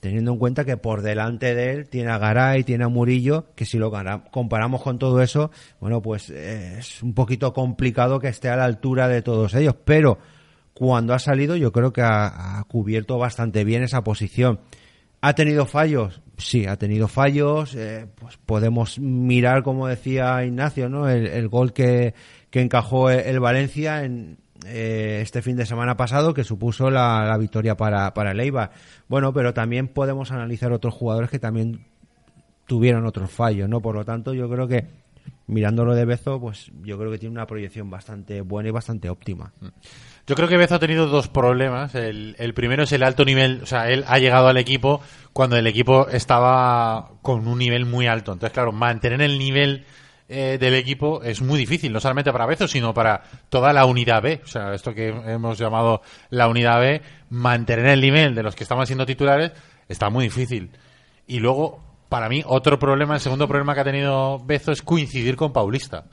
teniendo en cuenta que por delante de él tiene a Garay, tiene a Murillo, que si lo gara- comparamos con todo eso, bueno, pues eh, es un poquito complicado que esté a la altura de todos ellos, pero cuando ha salido yo creo que ha, ha cubierto bastante bien esa posición. ¿Ha tenido fallos? Sí, ha tenido fallos. eh, pues podemos mirar, como decía Ignacio, ¿no? el, el gol que, que encajó el, el Valencia en, eh, este fin de semana pasado, que supuso la, la victoria para, para el Eibar. Bueno, pero también podemos analizar otros jugadores que también tuvieron otros fallos, ¿no? Por lo tanto, yo creo que mirándolo de Bezo, pues yo creo que tiene una proyección bastante buena y bastante óptima.
Yo creo que Bezo ha tenido dos problemas. El, el primero es el alto nivel. O sea, él ha llegado al equipo cuando el equipo estaba con un nivel muy alto. Entonces, claro, mantener el nivel eh, del equipo es muy difícil, no solamente para Bezo, sino para toda la unidad B. O sea, esto que hemos llamado la unidad B, mantener el nivel de los que estaban siendo titulares está muy difícil. Y luego, para mí, otro problema, el segundo problema que ha tenido Bezo es coincidir con Paulista.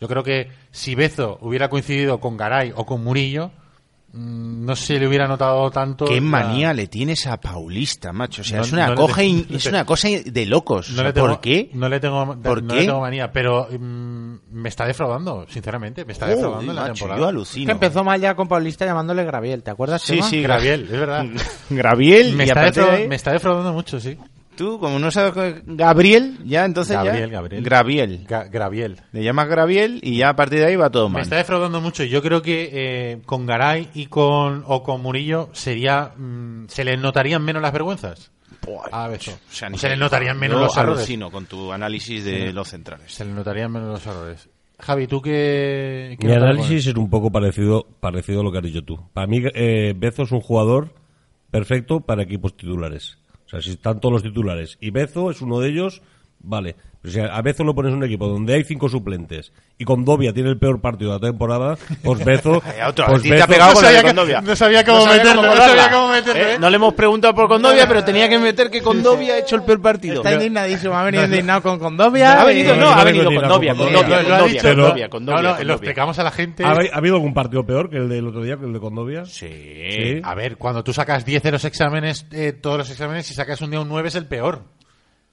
Yo creo que si Bezo hubiera coincidido con Garay o con Murillo, mm, no se le hubiera notado tanto.
Qué
la-
manía le tienes a Paulista, macho. O sea,
No-
es, una
no le
coja
te-
in- es una cosa de locos. O
No
sea,
le tengo,
¿Por qué?
No le tengo,
¿Por
no
qué?
le tengo manía, pero mm, me está defraudando, sinceramente. Me está
Joder,
defraudando en la
Oh, macho,
temporada.
Yo
Es
alucino.
que empezó mal ya con Paulista llamándole Graviel, ¿te acuerdas?
Sí,
Chema?
sí,
Graviel, es verdad.
Graviel
Me
y
está,
aparte de
defraud-
ahí-
me está defraudando mucho, sí.
Tú, como no sabes... co- Gabriel, ya entonces ya-
Gabriel, Gabriel.
Graviel.
Ga- Graviel.
Le llamas Graviel y ya a partir de ahí va todo
Me
mal.
está defraudando mucho. Yo creo que eh, con Garay y con o con Murillo sería mm, se les notarían menos las vergüenzas. A Bezo.
O sea, ni
se les
sé.
notarían menos
Yo
los errores.
alucino con tu análisis de los centrales.
Se les notarían menos los errores. Javi, ¿tú qué, qué
Mi
nota le
análisis es un poco parecido, parecido a lo que has dicho tú. Para mí, eh, Bezo es un jugador perfecto para equipos titulares. O sea, si están todos los titulares y Bezo es uno de ellos, vale. Pero si a Bezo lo pones en un equipo donde hay cinco suplentes y Condovia tiene el peor partido de la temporada, pues Bezo.
Ya, otra
pues
vez, y te ha
Bezo-
pegado con la de
que-
Condovia.
no sabía cómo meterlo, no
colarla.
sabía cómo meterlo, ¿eh?
No le hemos preguntado por Condovia, pero tenía que meter que Condovia ha hecho el peor partido.
Está indignadísimo, ha venido indignado con Condovia.
Ha venido,
eh,
no, ha venido
con
Condovia,
Condovia,
Lo-
Condovia,
lo ha
Condovia,
dicho,
pero-
Condovia, Condovia,
No, no, lo
Condovia.
explicamos a la gente.
¿Ha, ha habido algún partido peor que el del otro día, que el de Condovia? eh.
Sí.
A ver, cuando tú sacas 10 de los exámenes, eh, todos los exámenes, si sacas un día un 9 es el peor,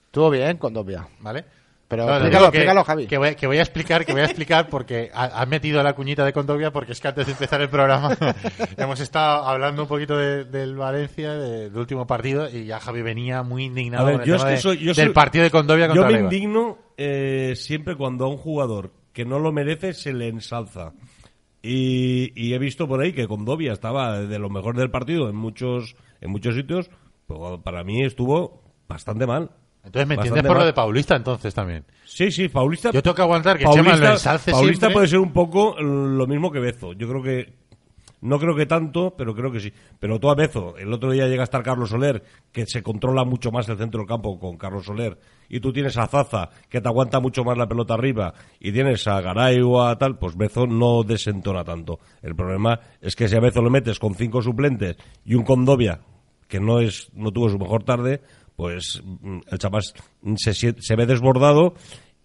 Estuvo bien, Condovia.
¿vale?
Pero
No, no,
explícalo,
digo que-
explícalo, Javi.
Que voy, que voy a explicar, que voy a explicar porque ha- has metido la cuñita de Condovia porque es que antes de empezar el programa hemos estado hablando un poquito de- del Valencia, de- del último partido y ya Javi venía muy indignado
A ver,
con el
yo es
tema
que
de-
soy- yo
del
soy-
partido de Condovia
Yo
contra
me
Leiva.
indigno eh, siempre cuando a un jugador que no lo merece se le ensalza. Y, y he visto por ahí que Condovia estaba de lo mejor del partido en muchos en muchos sitios, pero para mí estuvo bastante mal.
Entonces me entiendes
Bastante
por lo
mal.
de Paulista entonces también.
Sí, sí, Paulista.
Yo tengo que aguantar que Chema lo ensalce
Paulista
siempre.
puede ser un poco mm, lo mismo que Bezo. Yo creo que no creo que tanto, pero creo que sí. Pero tú a Bezo, el otro día llega a estar Carlos Soler, que se controla mucho más el centro del campo con Carlos Soler, y tú tienes a Zaza, que te aguanta mucho más la pelota arriba, y tienes a Garay o a tal, pues Bezo no desentona tanto. El problema es que si a Bezo lo metes con cinco suplentes y un Condovia, que no es no tuvo su mejor tarde, pues mm, el chaval se, sien- se ve desbordado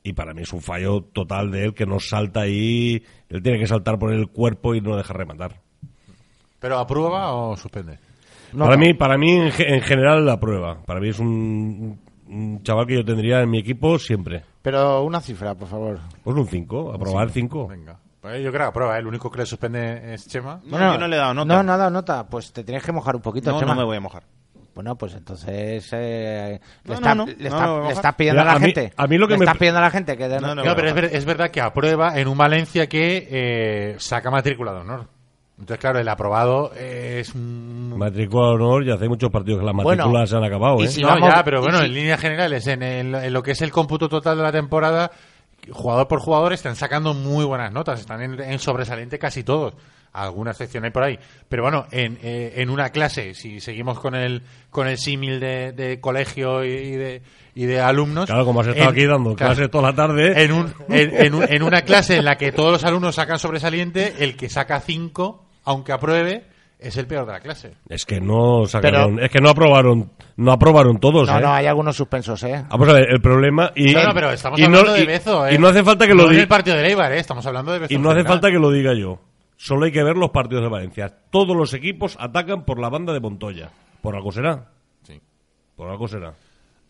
y para mí es un fallo total de él que no salta ahí, él tiene que saltar por el cuerpo y no dejar rematar.
¿Pero aprueba o suspende?
para mí, para mí en, ge- en general la prueba, para mí es un, un chaval que yo tendría en mi equipo siempre.
Pero una cifra, por favor.
Pues un 5, aprobar 5.
Venga. Pues yo creo que aprueba, ¿eh? el único que le suspende es Chema.
No, yo no le he dado nota.
No, no ha dado nota. Pues te tienes que mojar un poquito,
No,
Chema.
no me voy a mojar.
Bueno, pues entonces eh, le,
No,
está-
no, no.
le,
No,
está-
no,
le
baja.
estás pidiendo a
Mira,
la
a mí-
gente.
a mí lo que
le
me-
estás pidiendo a la gente que de-
No, no.
No, pero es, ver- es verdad que aprueba en un Valencia que eh, saca matrícula de honor. Entonces, claro, el aprobado eh, es un...
Matrícula Mm. de honor, ya hace muchos partidos que las
Bueno,
matrículas se han acabado.
y
¿eh?
si-
no,
vamos-
ya, pero bueno,
y si-
en líneas generales, en, el- en lo que es el cómputo total de la temporada, jugador por jugador están sacando muy buenas notas, están en, en sobresaliente casi todos. Alguna excepción hay por ahí. Pero bueno, en, eh, en una clase, si seguimos con el con el símil de, de colegio y, y de, y de alumnos...
Claro, como has estado
en-
aquí dando
claro,
clases toda la tarde.
en, un- en- en un- en una clase en la que todos los alumnos sacan sobresaliente, el que saca 5, aunque apruebe, es el peor de la clase.
Es que no sacaron, es que no aprobaron, no aprobaron todos.
No,
¿eh?
no, hay algunos suspensos, ¿eh?
Vamos a ver, el problema y
No, no, pero estamos
y no-
hablando de
y-
Bezo, ¿eh?
y no hace falta que lo
No en
diga
el partido de Leibar, ¿eh? Estamos hablando de Bezo.
y no hace falta que lo diga yo. Solo hay que ver los partidos de Valencia. Todos los equipos atacan por la banda de Montoya. Por algo será.
Sí.
Por algo será.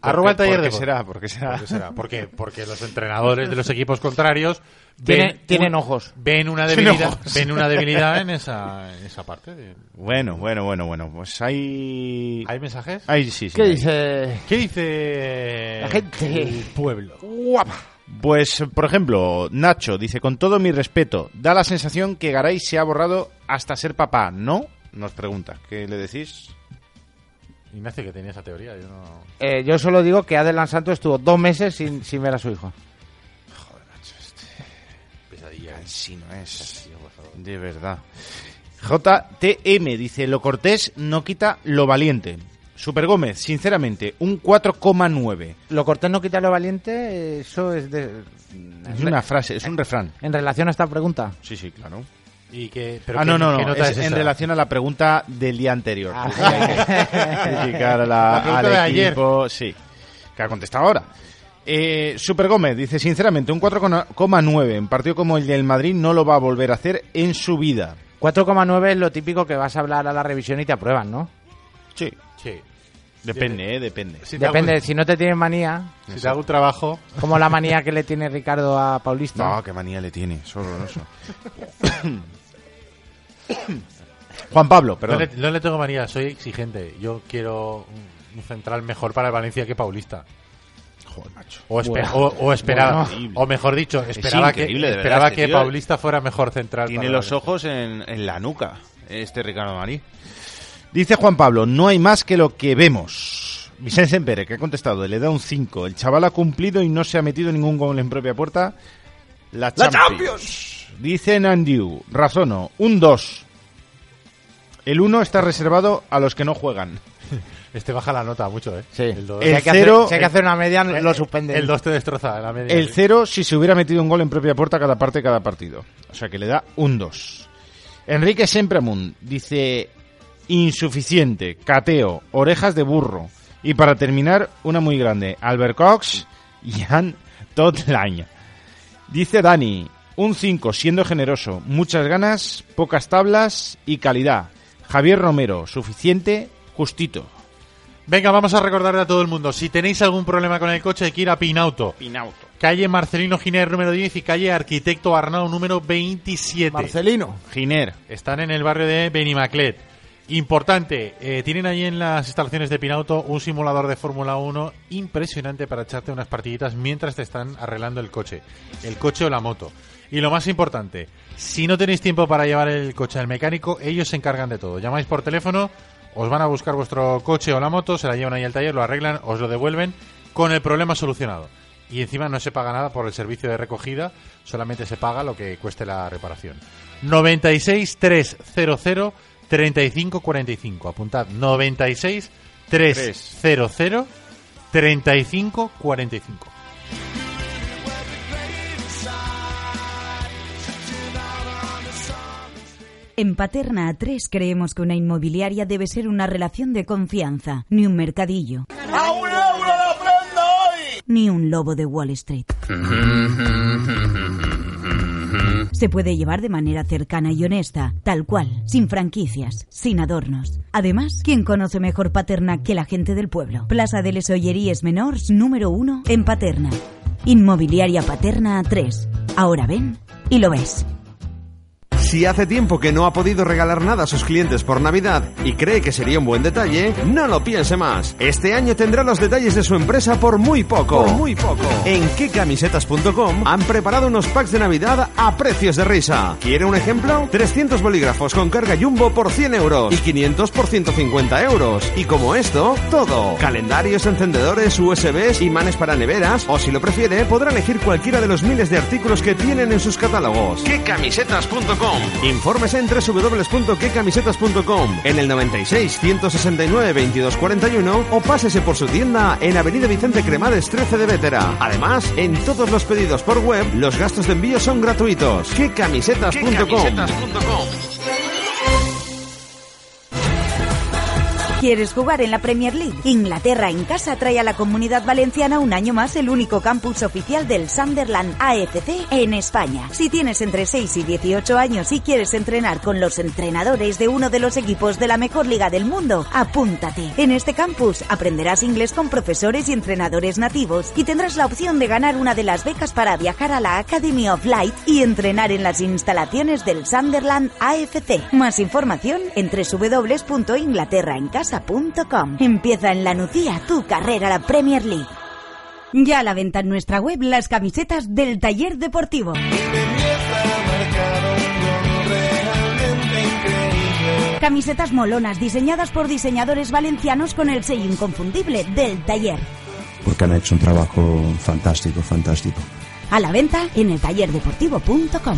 Arroba el
¿Por qué-
taller de...
¿Por qué será? ¿Por qué será?
¿Por qué será? Porque, porque los entrenadores de los equipos contrarios
Tiene-
ven,
tienen ojos.
ven una debilidad, ven una debilidad en esa, en esa parte. de-
Bueno, bueno, bueno, bueno. Pues hay...
¿Hay mensajes?
Hay, sí, sí.
¿Qué
hay.
dice?
¿Qué dice
La gente.
el pueblo?
Pues, por ejemplo, Nacho dice, con todo mi respeto, da la sensación que Garay se ha borrado hasta ser papá, ¿no? Nos pregunta, ¿qué le decís?
Ignacio, que tenía esa teoría. Yo no...
Eh, yo solo digo que Adelan Santos estuvo dos meses sin, sin ver a su hijo.
Pesadilla.
Sí, no es. De verdad. JTM dice, lo cortés no quita lo valiente. Super Gómez, sinceramente, un 4,9.
Lo cortés no quita lo valiente, eso es de...
Es una frase, es un refrán.
En relación a esta pregunta.
Sí, sí, claro.
¿Y que, pero
ah,
qué-
no, no,
qué
no.
nota
es
es
en
esa?
relación a la pregunta del día anterior.
Ah.
Porque hay que criticar a la-
La pregunta
al
de ayer.
equipo, Sí, que ha contestado ahora. Eh, Super Gómez dice, sinceramente, un 4,9. Un partido como el del Madrid no lo va a volver a hacer en su vida.
4,9 es lo típico que vas a hablar a la revisión y te aprueban, ¿no?
Sí.
Sí.
Depende, eh, depende.
Si te
Depende,
hago-
si no te tienes manía,
si te hago un trabajo,
como la manía que le tiene Ricardo a Paulista.
No, qué manía le tiene, es horroroso. Juan Pablo,
no
perdón.
le, no le tengo manía, soy exigente. Yo quiero mm, un central mejor para el Valencia que Paulista.
Joder, macho.
O, espe- o- o esperaba,
Bueno.
o mejor dicho, esperaba que,
increíble, de verdad,
esperaba
este
que
tío.
Paulista fuera mejor central.
Tiene
para
los
Valencia.
ojos en, en la nuca, este Ricardo Marí. Dice Juan Pablo, no hay más que lo que vemos. Vicente Pérez, que ha contestado, le da un 5. El chaval ha cumplido y no se ha metido ningún gol en propia puerta. La Champions. Dice Nandiu, razono, un 2. El 1 está reservado a los que no juegan.
Este baja la nota mucho, ¿eh?
Sí.
El dos-
si,
El
hay que
cero-
hacer, si hay que hacer una media,
el-
lo suspenden.
El 2 te destroza la media.
El 0 si se hubiera metido un gol en propia puerta cada parte cada partido. O sea que le da un 2. Enrique Sempramun dice insuficiente, cateo, orejas de burro. Y para terminar, una muy grande, Albert Cox y Jan Totlañ. Dice Dani, un 5, siendo generoso, muchas ganas, pocas tablas y calidad. Javier Romero, suficiente, justito.
Venga, vamos a recordarle a todo el mundo, si tenéis algún problema con el coche, hay que ir a Pinauto.
Pinauto.
Calle Marcelino Giner número 10 y calle Arquitecto Arnau número 27.
Marcelino.
Giner.
Están en el barrio de Benimaclet. Importante, eh, tienen allí en las instalaciones de Pinauto un simulador de Fórmula 1 impresionante para echarte unas partiditas mientras te están arreglando el coche, el coche o la moto. Y lo más importante, si no tenéis tiempo para llevar el coche al mecánico, ellos se encargan de todo. Llamáis por teléfono, os van a buscar vuestro coche o la moto, se la llevan ahí al taller, lo arreglan, os lo devuelven con el problema solucionado. Y encima no se paga nada por el servicio de recogida, solamente se paga lo que cueste la reparación. 96 300 3545. Apuntad, 96 300 3545.
En Paterna A3 creemos que una inmobiliaria debe ser una relación de confianza, ni un mercadillo. Ni un lobo de Wall Street. Se puede llevar de manera cercana y honesta, tal cual, sin franquicias, sin adornos. Además, ¿quién conoce mejor Paterna que la gente del pueblo? Plaza de les Olleries Menors, número 1, en Paterna. Inmobiliaria Paterna A3. Ahora ven y lo ves.
Si hace tiempo que no ha podido regalar nada a sus clientes por Navidad y cree que sería un buen detalle, no lo piense más. Este año tendrá los detalles de su empresa por muy poco. Por muy poco. En quecamisetas.com han preparado unos packs de Navidad a precios de risa. ¿Quiere un ejemplo? 300 bolígrafos con carga Jumbo por 100 euros y 500 por 150 euros. Y como esto, todo. Calendarios, encendedores, USBs, imanes para neveras o si lo prefiere podrá elegir cualquiera de los miles de artículos que tienen en sus catálogos. quecamisetas.com Informes en www.quecamisetas.com en el 96 169 22 41 o pásese por su tienda en Avenida Vicente Cremades 13 de Vétera. Además, en todos los pedidos por web, los gastos de envío son gratuitos. quecamisetas.com
¿Quieres jugar en la Premier League? Inglaterra en casa trae a la comunidad valenciana un año más el único campus oficial del Sunderland AFC en España. Si tienes entre 6 y 18 años y quieres entrenar con los entrenadores de uno de los equipos de la mejor liga del mundo, apúntate. En este campus aprenderás inglés con profesores y entrenadores nativos y tendrás la opción de ganar una de las becas para viajar a la Academy of Light y entrenar en las instalaciones del Sunderland AFC. Más información en www.inglaterraencasa.com. Empieza en la Nucía tu carrera a la Premier League. Ya a la venta en nuestra web las camisetas del taller deportivo. Camisetas molonas diseñadas por diseñadores valencianos con el sello inconfundible del taller.
porque han hecho un trabajo fantástico, fantástico.
A la venta en el tallerdeportivo.com.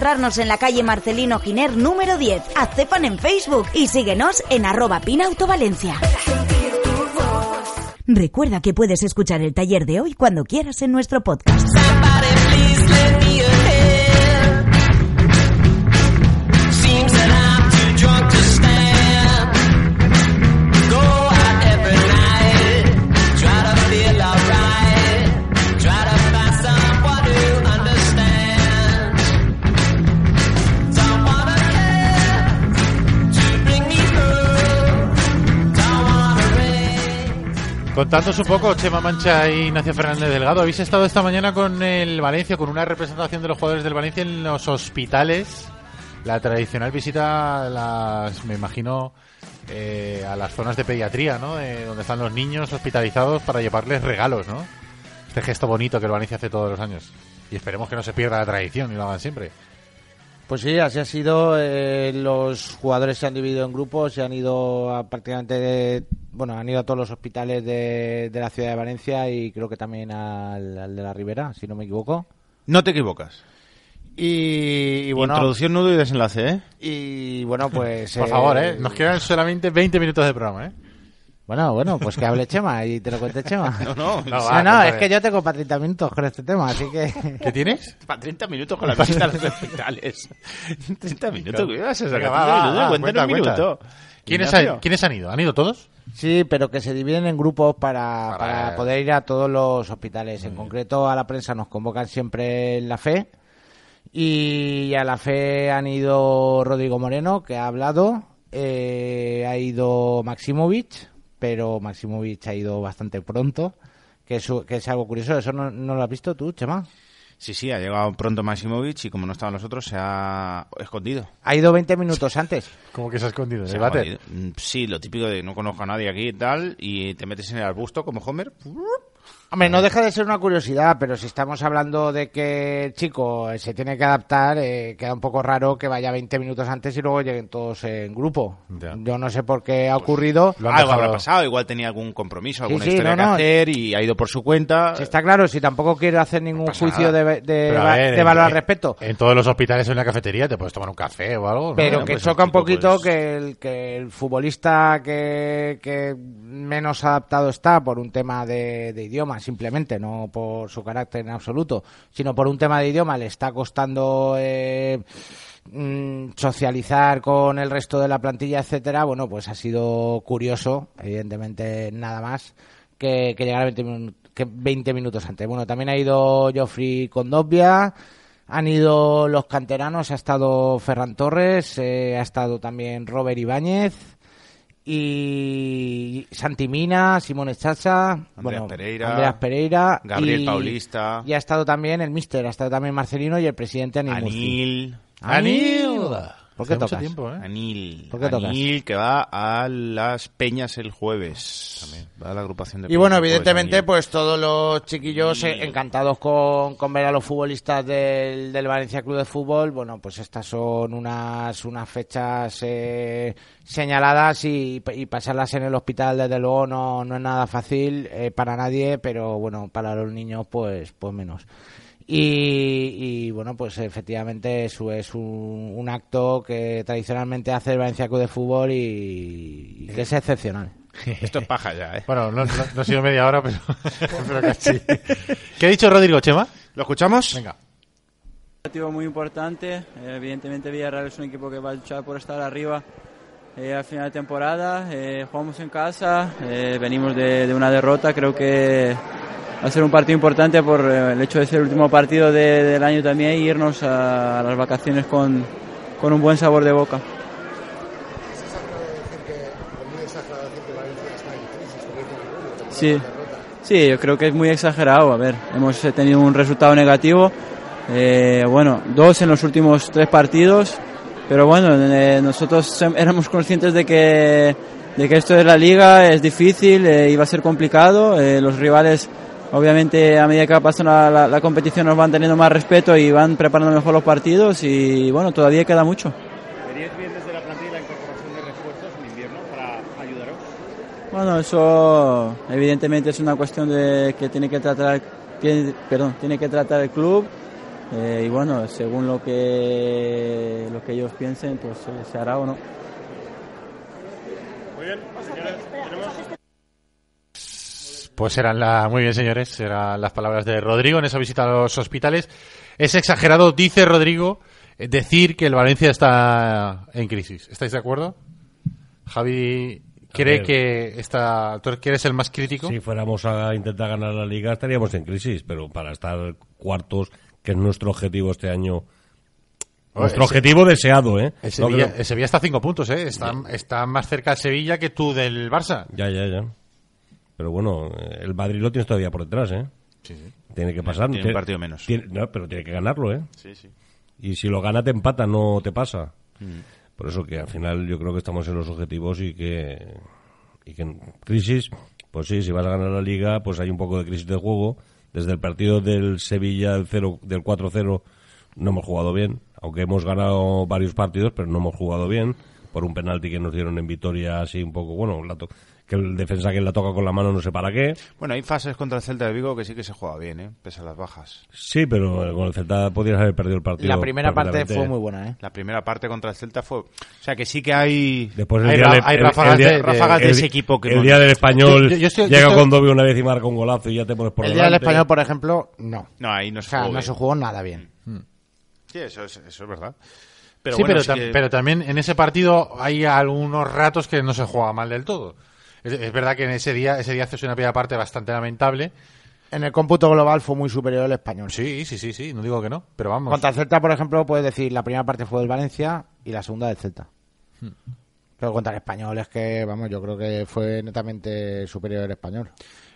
en la calle Marcelino Giner número 10. Haz fan en Facebook y síguenos en arroba Pinauto Valencia. Recuerda que puedes escuchar el taller de hoy cuando quieras en nuestro podcast.
Contándos un poco, Chema Mancha y Ignacio Fernández Delgado, habéis estado esta mañana con el Valencia, con una representación de los jugadores del Valencia en los hospitales. La tradicional visita, a las, me imagino, eh, a las zonas de pediatría, ¿no? De donde están los niños hospitalizados para llevarles regalos, ¿no? Este gesto bonito que el Valencia hace todos los años. Y esperemos que no se pierda la tradición y lo hagan siempre.
Pues sí, así ha sido. eh, los jugadores se han dividido en grupos, se han ido a prácticamente, de- bueno, han ido a todos los hospitales de, de la ciudad de Valencia y creo que también al, al de la Ribera, si no me equivoco.
No te equivocas.
Y, y bueno,
Introducción, nudo y desenlace, ¿eh?
y bueno, pues
Por favor, ¿eh? Nos quedan solamente 20 minutos de programa, ¿eh?
Bueno, bueno, pues que hable Chema y te lo cuente Chema. no, no,
No, va,
no,
cuéntame.
es que yo tengo patentamientos con este tema, así que
¿Qué tienes?
Para 30 minutos con la visita a los hospitales. 30 minutos, ¿qué vas a sacar?
Venga, va,
30
va,
minutos,
va,
cuéntanos
cuenta,
un minuto.
¿Quiénes,
Ignacio.
han, ¿Quiénes han ido? ¿Han ido todos?
Sí, pero que se dividen en grupos para,
Para-
para poder ir a todos los hospitales. En concreto, a la prensa nos convocan siempre en la fe. Y a la fe han ido Rodrigo Moreno, que ha hablado. eh, ha ido Maximovich, pero Maximovich ha ido bastante pronto. Que es, que es algo curioso. ¿Eso no, no lo has visto tú, Chema?
Sí, sí, ha llegado pronto Maximovic y como no estaban nosotros, se ha escondido.
Ha ido 20 minutos antes.
Como que se ha escondido ¿eh? en
Se
el
ha
váter.
escondido. Mm, Sí, lo típico de no conozco a nadie aquí y tal, y te metes en el arbusto como Homer.
Hombre, no deja de ser una curiosidad, pero si estamos hablando de que el chico eh, se tiene que adaptar, eh, queda un poco raro que vaya 20 minutos antes y luego lleguen todos en grupo.
Ya. Pues
Yo no sé por qué ha ocurrido.
Lo han
Algo
dejado-
habrá pasado, igual tenía algún compromiso, alguna
sí,
historia
no, no.
que hacer y ha ido por su cuenta.
Si está claro, si tampoco quiero hacer ningún
pasa
juicio de,
nada.
de- de
Pero a
va-
ver, eh,
de
en-
valor al
en-
respecto,
En todos los hospitales o en la cafetería te puedes tomar un café o algo. ¿no?
pero
bueno,
que
pues,
choca un
tampoco
poquito
es-
que, el, que el futbolista que, que menos adaptado está por un tema de, de idioma, simplemente, no por su carácter en absoluto, sino por un tema de idioma, le está costando eh, mm, socializar con el resto de la plantilla, etcétera. Bueno, pues ha sido curioso, evidentemente, nada más que, que llegar a 20, minu- que 20 minutos antes. Bueno, también ha ido Joffrey Condovia. Han ido los canteranos, ha estado Ferran Torres, eh, ha estado también Robert Ibáñez y Santi Mina, Simón Echacha,
Pereira,
Andreas Pereira,
Gabriel
y-
Paulista.
y ha estado también el míster, ha estado también Marcelino y el presidente Anil. Murci.
Anil.
Anil. ¿Por qué
Hace mucho
tocas?
tiempo, ¿eh?
Anil.
¿Por qué tocas?
Anil que va a las Peñas el jueves. Va a la agrupación de
Y bueno,
Peñas el jueves,
evidentemente,
Anil.
pues todos los chiquillos eh, encantados con, con ver a los futbolistas del, del Valencia Club de Fútbol. Bueno, pues estas son unas, unas fechas eh, señaladas y, y pasarlas en el hospital, desde luego, no, no es nada fácil eh, para nadie, pero bueno, para los niños, pues, pues menos. Y, y, bueno, pues efectivamente eso es un, un acto que tradicionalmente hace el Valencia Club de Fútbol y, y que es excepcional.
Esto es paja ya, ¿eh?
Eh. Bueno, no, no- no ha sido media hora, pero, pero casi. ¿Qué ha dicho Rodrigo, Chema?
¿Lo escuchamos?
Venga.
objetivo muy importante. Eh, Evidentemente Villarreal es un equipo que va a luchar por estar arriba eh, al final de temporada. Eh, jugamos en casa, eh, venimos de, de una derrota. Creo que va a ser un partido importante por eh, el hecho de ser el último partido de- del año también y irnos a, las vacaciones con, con un buen sabor de boca. Sí. Sí, yo creo que es muy exagerado. A ver, hemos eh, tenido un resultado negativo. Eh, bueno, dos en los últimos tres partidos. Pero bueno, eh, nosotros sem- éramos conscientes de que, de que esto es la liga, es difícil, eh, iba a ser complicado. Eh, los rivales, obviamente, a medida que va pasando la, la- la competición, nos van teniendo más respeto y van preparando mejor los partidos. Y bueno, todavía queda mucho. Bueno, eso evidentemente es una cuestión de que tiene que tratar, tiene- perdón, tiene que tratar el club eh, y bueno, según lo que lo que ellos piensen, pues eh, se hará o no.
Pues eran las. Muy bien, señores. Eran las palabras de Rodrigo en esa visita a los hospitales. Es exagerado, dice Rodrigo, eh, decir que el Valencia está en crisis. ¿Estáis de acuerdo? Javi cree
ver.
que está. ¿Tú eres el más crítico?
Si fuéramos a intentar ganar la liga estaríamos en crisis, pero para estar cuartos, que es nuestro objetivo este año, nuestro
ese-
objetivo deseado, ¿eh?
El
No
Sevilla,
creo-
el Sevilla está a cinco puntos, ¿eh? Está, está más cerca el Sevilla que tú del Barça.
Ya, ya, ya. Pero bueno, eh, el Madrid lo tienes todavía por detrás, ¿eh?
Sí, sí.
Tiene que pasar.
Tiene un partido menos.
tiene- no, pero tiene que ganarlo, ¿eh?
Sí, sí.
Y si lo gana, te empata, no te pasa.
Mm.
Por eso que al final yo creo que estamos en los objetivos y que, y que en crisis, pues sí, si vas a ganar la liga, pues hay un poco de crisis de juego. Desde el partido del Sevilla el 0, del 4-0 no hemos jugado bien, aunque hemos ganado varios partidos, pero no hemos jugado bien por un penalti que nos dieron en Vitoria así un poco, bueno, la to- que el defensa que la toca con la mano no sé para qué.
Bueno, hay fases contra el Celta de Vigo que sí que se juega bien, ¿eh? pese a las bajas.
Sí, pero eh, con el Celta podías haber perdido el partido.
La primera parte
perfectamente.
fue muy buena, ¿eh?
La primera parte contra el Celta fue... O sea, que sí que hay...
Después el
hay,
día
ra-
del-
hay
el-
ráfagas,
el día-
de, ráfagas de
el-
ese equipo que...
El
no-
día del español
Yo- yo estoy- yo
llega
estoy-
con Dobby una vez y marca un golazo y ya te pones por
El día del
delante.
español, por ejemplo, no.
No, ahí no
O
se
sea,
jugó
no
bien.
se jugó nada bien.
Sí, eso es, eso es verdad.
Pero
Pero
sí,
bueno,
pero,
sí
tam-
que-
pero también en ese partido hay algunos ratos que no se juega mal del todo. Es, es verdad que en ese día, ese día haces una primera parte bastante lamentable.
En el cómputo global fue muy superior el español.
Sí, sí, sí, sí, no digo que no, pero vamos.
Contra el Celta, por ejemplo, puedes decir la primera parte fue del Valencia y la segunda del Celta.
Hmm.
Pero contra el español es que, vamos, yo creo que fue netamente superior el español.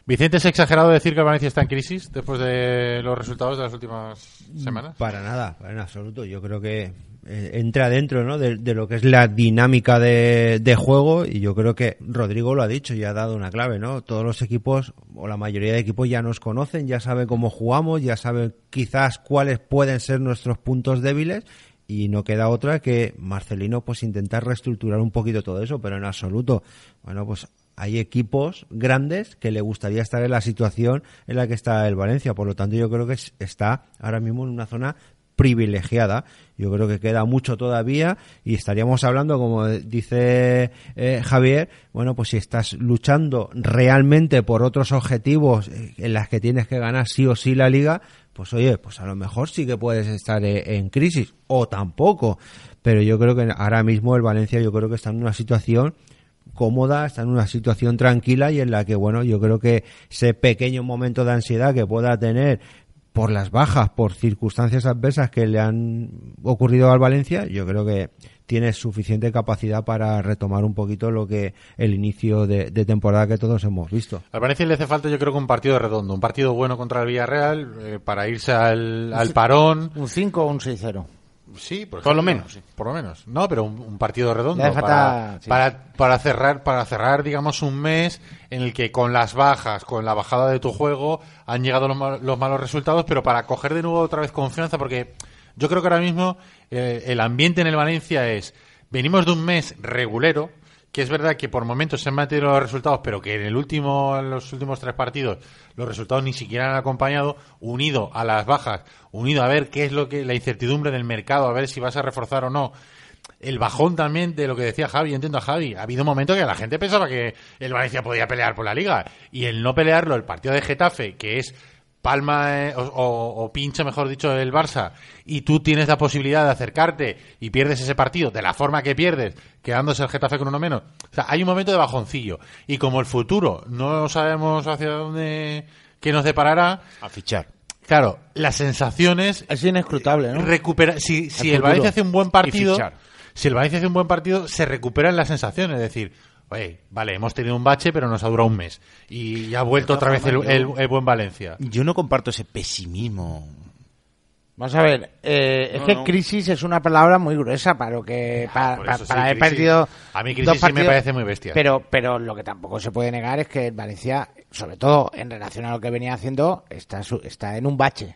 Vicente, ¿es exagerado decir que el Valencia está en crisis después de los resultados de las últimas semanas?
Mm, Para nada, en absoluto. Yo creo que eh, entra dentro ¿no? de, de lo que es la dinámica de, de juego y yo creo que Rodrigo lo ha dicho y ha dado una clave. ¿no? Todos los equipos o la mayoría de equipos ya nos conocen, ya saben cómo jugamos, ya saben quizás cuáles pueden ser nuestros puntos débiles y no queda otra que Marcelino pues intentar reestructurar un poquito todo eso, pero en absoluto. Bueno, pues hay equipos grandes que le gustaría estar en la situación en la que está el Valencia, por lo tanto yo creo que es- está ahora mismo en una zona privilegiada. Yo creo que queda mucho todavía y estaríamos hablando, como dice eh, Javier, bueno, pues si estás luchando realmente por otros objetivos eh, en las que tienes que ganar sí o sí la liga, pues oye, pues a lo mejor sí que puedes estar eh, en crisis o tampoco. Pero yo creo que ahora mismo el Valencia yo creo que está en una situación cómoda, está en una situación tranquila y en la que, bueno, yo creo que ese pequeño momento de ansiedad que pueda tener por las bajas, por circunstancias adversas que le han ocurrido al Valencia, yo creo que tiene suficiente capacidad para retomar un poquito lo que el inicio de, de temporada que todos hemos visto.
Al Valencia le hace falta, yo creo que un partido redondo, un partido bueno contra el Villarreal eh, para irse al, al parón.
Un 5 o un 6-0.
Sí, por,
Por lo
ejemplo.
menos, sí.
Por lo menos. No, pero un, un partido redondo
Le hace
para,
falta- sí.
para, para cerrar, para cerrar, digamos, un mes en el que con las bajas, con la bajada de tu juego, han llegado los, mal- los malos resultados, pero para coger de nuevo otra vez confianza, porque yo creo que ahora mismo eh, el ambiente en el Valencia es, venimos de un mes regulero, que es verdad que por momentos se han mantenido los resultados, pero que en el último, en los últimos tres partidos, los resultados ni siquiera han acompañado, unido a las bajas, unido a ver qué es lo que, la incertidumbre del mercado, a ver si vas a reforzar o no. El bajón también de lo que decía Javi, yo entiendo a Javi. Ha habido un momento que la gente pensaba que el Valencia podía pelear por la liga. Y el no pelearlo, el partido de Getafe, que es palma eh, o, o- o pincha, mejor dicho, el Barça, y tú tienes la posibilidad de acercarte y pierdes ese partido de la forma que pierdes, quedándose el Getafe con uno menos. O sea, hay un momento de bajoncillo. Y como el futuro no sabemos hacia dónde qué nos deparará,
A fichar.
claro, las sensaciones
Es inescrutable, ¿no?
recupera si, si
Al
el
futuro.
Valencia hace un buen
Y
partido
fichar.
si el Valencia hace un buen partido se recuperan las sensaciones es decir oye vale hemos tenido un bache pero nos ha durado un mes y ya ha vuelto otra vez el, el- el buen Valencia
Yo no comparto ese pesimismo.
Vamos a ver, eh, es
No,
que
no.
crisis es una palabra muy gruesa para lo que para,
por
para-
eso sí,
para haber
crisis.
perdido
A mí crisis
dos
sí me
partidos,
parece muy bestia.
Pero pero lo que tampoco se puede negar es que el Valencia, sobre todo en relación a lo que venía haciendo, está su- está en un bache.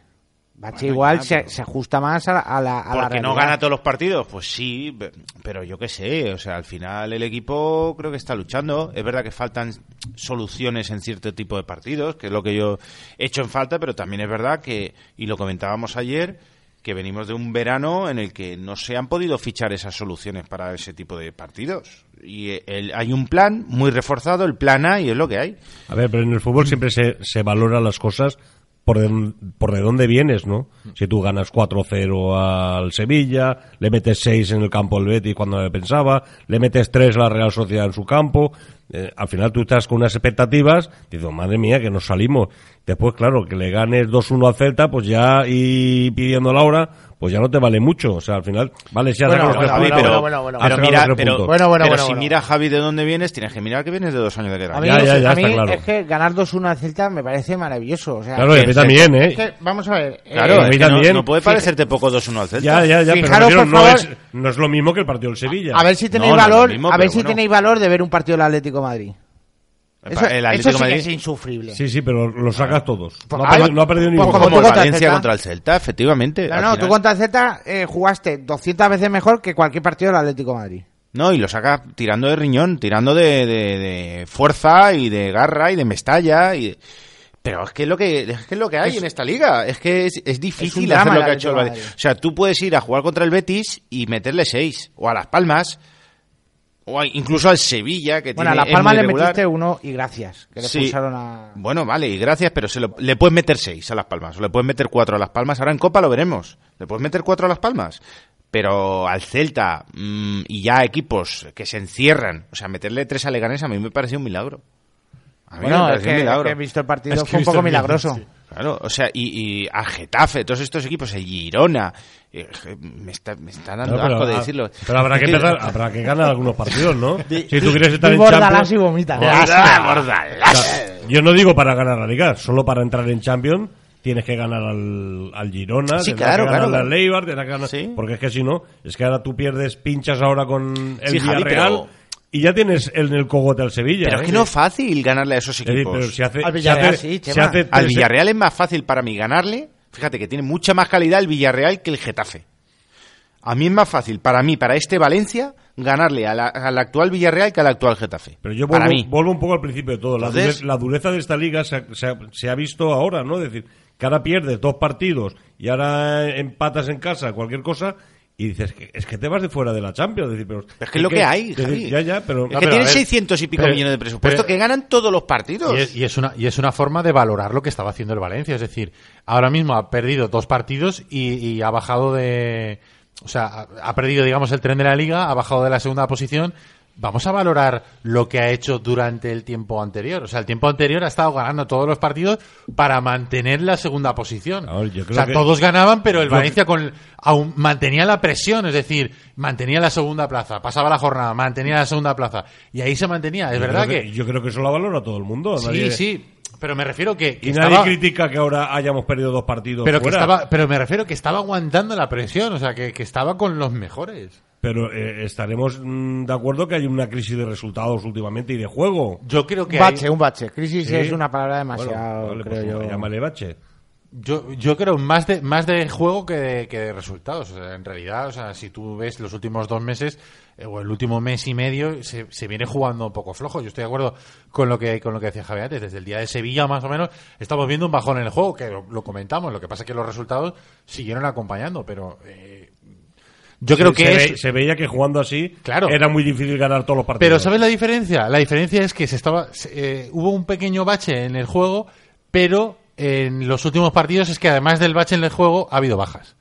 Bache
Bueno,
igual
ya,
se,
pero-
se ajusta más a, la- a la a la
Porque no
realidad.
gana todos los partidos, pues sí, pe- pero yo qué sé, o sea, al final el equipo creo que está luchando. Es verdad que faltan soluciones en cierto tipo de partidos, que es lo que yo he hecho en falta, pero también es verdad que, y lo comentábamos ayer, que venimos de un verano en el que no se han podido fichar esas soluciones para ese tipo de partidos. Y eh, el- hay un plan muy reforzado, el plan A, y es lo que hay.
A ver, pero en el fútbol siempre se, se valora las cosas por de, por de dónde vienes, ¿no? Si tú ganas 4-0 al Sevilla, le metes 6 en el campo al Betis cuando le pensaba, le metes 3 a la Real Sociedad en su campo, eh, al final tú estás con unas expectativas, dices, madre mía, que nos salimos. Después, claro, que le ganes 2-1 a Celta, pues ya, y pidiendo la hora, pues ya no te vale mucho. O sea, al final, vale, si has
Bueno,
sacado los
bueno,
tres
Javi,
bueno,
puntos,
pero,
bueno, bueno,
has
pero
sacado
mira,
los tres
pero,
puntos.
Bueno, bueno,
pero
bueno,
si
bueno.
mira Javi de dónde vienes, tienes que mirar que vienes de dos años de
A
guerra.
mí,
Ya, ya, ya,
a mí
está claro.
es que ganar 2-1 a Celta me parece maravilloso. O sea,
Claro, y a mí también, ¿eh?
es que, vamos a ver. eh,
Claro,
a
es
mí
que no,
también.
no puede parecerte poco 2-1 al Celta.
Ya, ya, ya, pero
Fijaros,
me refiero,
por
no,
favor.
es, no es lo mismo que el partido del Sevilla.
a ver si tenéis
No, no es lo
valor,
mismo,
a ver
pero
si
bueno.
tenéis valor de ver un partido del Atlético de Madrid.
El
Eso,
Atlético
eso sí
de
que
Madrid.
es insufrible.
Sí, sí, pero lo sacas todos.
Pues
No ha
como-
perdido, no ha perdido
pues
ninguno.
como
como
tú
el
contra el
Valencia
Celta.
contra el Celta, efectivamente.
No,
al
no,
final.
tú contra el Celta eh, jugaste 200 veces mejor que cualquier partido del Atlético de Madrid.
No, y lo sacas tirando de riñón, tirando de, de- de fuerza y de garra y de mestalla. Y... Pero es que es lo que, es que es lo que hay en esta liga. Es que es, es difícil
un drama
hacer lo
el
que ha hecho
Atlético
el
de
Valencia.
Madrid.
O sea, tú puedes ir a jugar contra el Betis y meterle seis. O a Las Palmas. O a- incluso al Sevilla, que
Bueno, a
tiene,
La
es
Palma
muy
le
regular.
metiste uno y gracias, que le
Sí.
expulsaron a...
Bueno, vale, y gracias, pero se lo- le puedes meter seis a Las Palmas, o le puedes meter cuatro a Las Palmas, ahora en Copa lo veremos. Le puedes meter cuatro a Las Palmas, pero al Celta mm, y ya equipos que se encierran, o sea, meterle tres a Leganés a mí me pareció un milagro. A mí me
Bueno, es
pareció
que,
un
es
milagro.
que he visto el partido,
Es que he
fue un
visto
poco
el partido,
milagroso.
sí.
Claro, o sea, y, y a Getafe, todos estos equipos, el Girona, eh, je- me está, me está dando
Claro,
asco de
ah,
decirlo.
pero habrá que
Es
empezar, habrá que ganar algunos partidos, ¿no? si tú quieres estar
Di
en
Bordalás
Champions,
y vomita.
Bordalás, Bordalás.
Claro, Yo no digo para ganar la liga, solo para entrar en Champions tienes que ganar al, al Girona,
Sí,
tendrás
claro,
que ganar
claro.
al Eibar, tendrás que ganar-
Sí.
porque es que si no, es que ahora tú pierdes pinchas ahora con el
Sí, Javi,
Villarreal
pero-
y ya tienes en el cogote al Sevilla.
Pero es
¿eh?
que no es fácil ganarle a esos
Es decir,
equipos.
pero si hace, si
Al Villarreal
hace-
sí,
si
Chema.
hace
Al
tres- e-
Villarreal es más fácil para mí ganarle. Fíjate que tiene mucha más calidad el Villarreal que el Getafe. A mí es más fácil, para mí, para este Valencia, ganarle a la- al actual Villarreal que al actual Getafe.
Pero yo
para
vuelvo,
mí.
vuelvo un poco al principio de todo. La,
Entonces-
dure- la dureza de esta liga se ha, se ha- se ha visto ahora, ¿no? Es decir, que ahora pierdes dos partidos y ahora eh, empatas en casa, cualquier cosa, y dices, que- es que te vas de fuera de la Champions. Es decir, pero,
es que es lo que hay,
es decir,
Javi.
Ya, ya, pero...
es
Ah,
que
pero a
tienen
ver,
600 y pico
pero-
millones de presupuesto
pero-
que ganan todos los partidos.
Y es, y es una, y es una forma de valorar lo que estaba haciendo el Valencia. Es decir, ahora mismo ha perdido dos partidos y, y ha bajado de. O sea, ha- ha perdido, digamos, el tren de la liga, ha bajado de la segunda posición. Vamos a valorar lo que ha hecho durante el tiempo anterior. O sea, el tiempo anterior ha estado ganando todos los partidos para mantener la segunda posición.
A ver, yo creo
o sea,
que-
todos ganaban, pero el
Yo-
Valencia con, aún mantenía la presión, es decir, mantenía la segunda plaza, pasaba la jornada, mantenía la segunda plaza. Y ahí se mantenía. Es
yo
verdad
creo
que
Yo creo que eso lo valora todo el mundo.
Sí,
nadie-
sí, pero me refiero que, que
Y nadie
estaba,
critica que ahora hayamos perdido dos partidos
pero que
fuera.
estaba, pero me refiero que estaba aguantando la presión, o sea, que, que estaba con los mejores.
Pero eh, estaremos mm, de acuerdo que hay una crisis de resultados últimamente y de juego.
Yo creo que
Un bache,
hay-
un bache. Crisis
Sí.
es una palabra
Bueno,
demasiado,
vale, pues,
creo yo.
llámale bache.
yo, yo creo más de más de juego que de, que de resultados. O sea, en realidad, o sea, si tú ves los últimos dos meses eh, o el último mes y medio se, se viene jugando un poco flojo. Yo estoy de acuerdo con lo que con lo que decía Javier antes. Desde el día de Sevilla más o menos estamos viendo un bajón en el juego que lo, lo comentamos. Lo que pasa es que los resultados siguieron acompañando, pero eh, yo creo
Se-
que
se,
es,
ve- se veía que jugando así
Claro.
era muy difícil ganar todos los partidos.
Pero ¿sabes la diferencia? La diferencia es que se estaba se- eh, hubo un pequeño bache en el juego, pero en los últimos partidos es que además del bache en el juego ha habido bajas.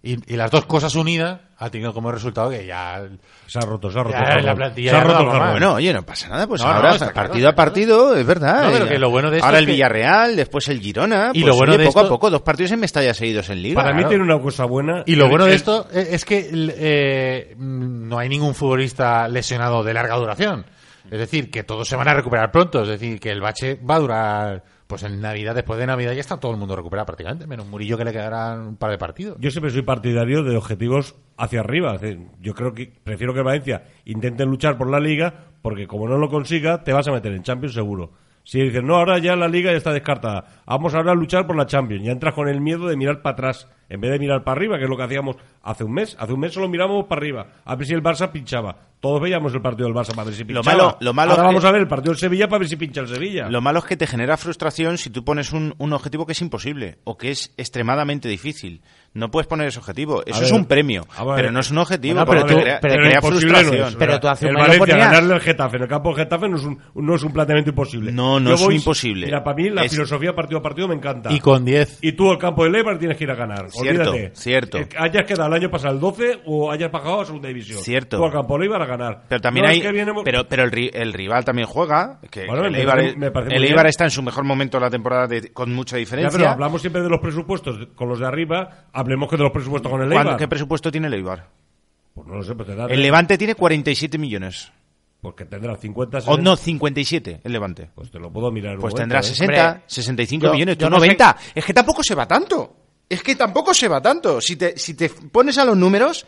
Y, y las dos cosas unidas ha tenido como resultado que ya
Se ha roto, se ha roto.
Ya,
se ha
la
roto.
plantilla
Se ha
ya
roto,
daba
se ha
más.
roto.
Bueno, oye, no pasa nada, pues
No, no,
ahora
está claro,
partido
está
a partido, es verdad.
No, pero
eh,
que lo bueno de esto
ahora
es
el
que-
Villarreal, después el Girona,
Y
pues,
lo bueno
oye,
de
poco a
esto-
poco, dos partidos en Mestalla seguidos en Liga.
Para mí
claro.
tiene una cosa buena.
y lo
El-
bueno
el-
de esto e-, es, es que l- eh, mm, no hay ningún futbolista lesionado de larga duración. Es decir, que todos se van a recuperar pronto. Es decir, que el bache va a durar, pues en Navidad, después de Navidad ya está todo el mundo recuperado prácticamente, menos Murillo que le quedarán un par de partidos.
Yo siempre soy partidario de objetivos hacia arriba. Es decir, yo creo que prefiero que el Valencia intente luchar por la Liga, porque como no lo consiga, te vas a meter en Champions seguro. Si dices, no, ahora ya la Liga ya está descartada. Vamos ahora a luchar por la Champions. Ya entras con el miedo de mirar para atrás, en vez de mirar para arriba, que es lo que hacíamos hace un mes. Hace un mes solo mirábamos para arriba, a ver si el Barça pinchaba. Todos veíamos el partido del Barça para ver si
Lo
pinchaba.
malo- lo malo
ahora
es que-
vamos a ver el partido del Sevilla para ver si pincha el Sevilla.
Lo malo es que te genera frustración si tú pones un, un objetivo que es imposible o que es extremadamente difícil. No puedes poner ese objetivo. Eso
ver.
es un premio,
A ver.
pero no es un objetivo.
Bueno,
porque
pero
te
tú-
crea,
pero
te crea
imposible no es.
frustración.
Pero tú hace un
el
año
Valencia
ponías-
ganarle al Getafe en el campo del Getafe no es un, no es un planteamiento imposible.
No, no
Yo
es imposible.
Mira, para mí la
Es-
filosofía partido a partido me encanta.
Y con 10
Y tú el campo de Leibar tienes que ir a ganar.
Cierto,
Olvídate.
cierto.
Eh, hayas quedado el año pasado el 12 o hayas bajado a segunda división.
Cierto.
Porque Campolo iban a ganar.
Pero también
No,
hay.
es que viene-
Pero, pero el, ri- el rival también juega. Que
Bueno,
el
me
Eibar,
parece- me parece muy
el
bien.
Eibar está en su mejor momento de la temporada de- con mucha
Ya,
diferencia.
pero hablamos siempre de los presupuestos con los de arriba. Hablemos que de los presupuestos con el
¿Cuándo-
Eibar.
¿Qué presupuesto tiene el Eibar?
Pues no lo sé, pues, tendrá-
El Levante tiene 47 millones.
pues que tendrá 50,
O
60.
no, 57 el Levante.
Pues te lo puedo mirar. un
Pues
momento,
tendrá
¿eh?
60,
Hombre,
65
yo-
millones,
yo
tú
no sé-
90. Es que tampoco se va tanto. Es que tampoco se va tanto. Si te, si te pones a los números,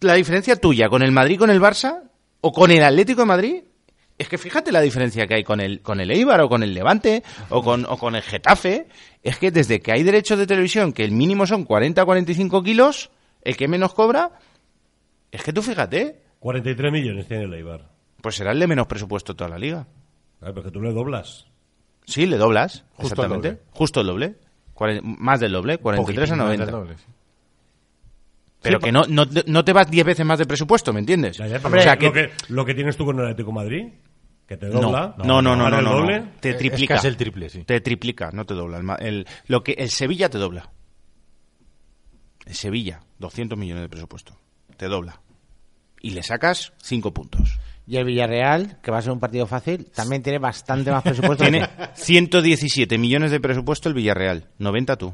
la diferencia tuya con el Madrid, con el Barça o con el Atlético de Madrid, es que fíjate la diferencia que hay con el, con el Eibar o con el Levante o con, o con el Getafe. Es que desde que hay derechos de televisión, que el mínimo son 40-45 kilos, el que menos cobra, es que tú fíjate,
43 millones tiene el Eibar.
pues será el de menos presupuesto toda la liga.
Claro, pero que tú le doblas.
Sí, le doblas,
Justo
exactamente.
el doble.
Justo el doble. Cuare- más del doble, 43 a
Poquitín más
90.
del doble, sí.
Pero que no, no, te- no te vas 10 veces más de presupuesto, ¿me entiendes?
Ya, ya, Eh, pero
o sea
lo,
que...
lo que, lo que tienes tú con el Atlético de Madrid, que te
No,
dobla.
no, no, no, no,
¿Ahora
no,
el
no.
doble?
Te
Es
triplica.
casi el triple, sí.
Te triplica, no te dobla. El, ma- el- lo que, el Sevilla te dobla. El Sevilla, 200 millones de presupuesto. Te dobla. Y le sacas 5 puntos.
Y el Villarreal, que va a ser un partido fácil, también tiene bastante más presupuesto.
Tiene 117 millones de presupuesto el Villarreal, 90 tú.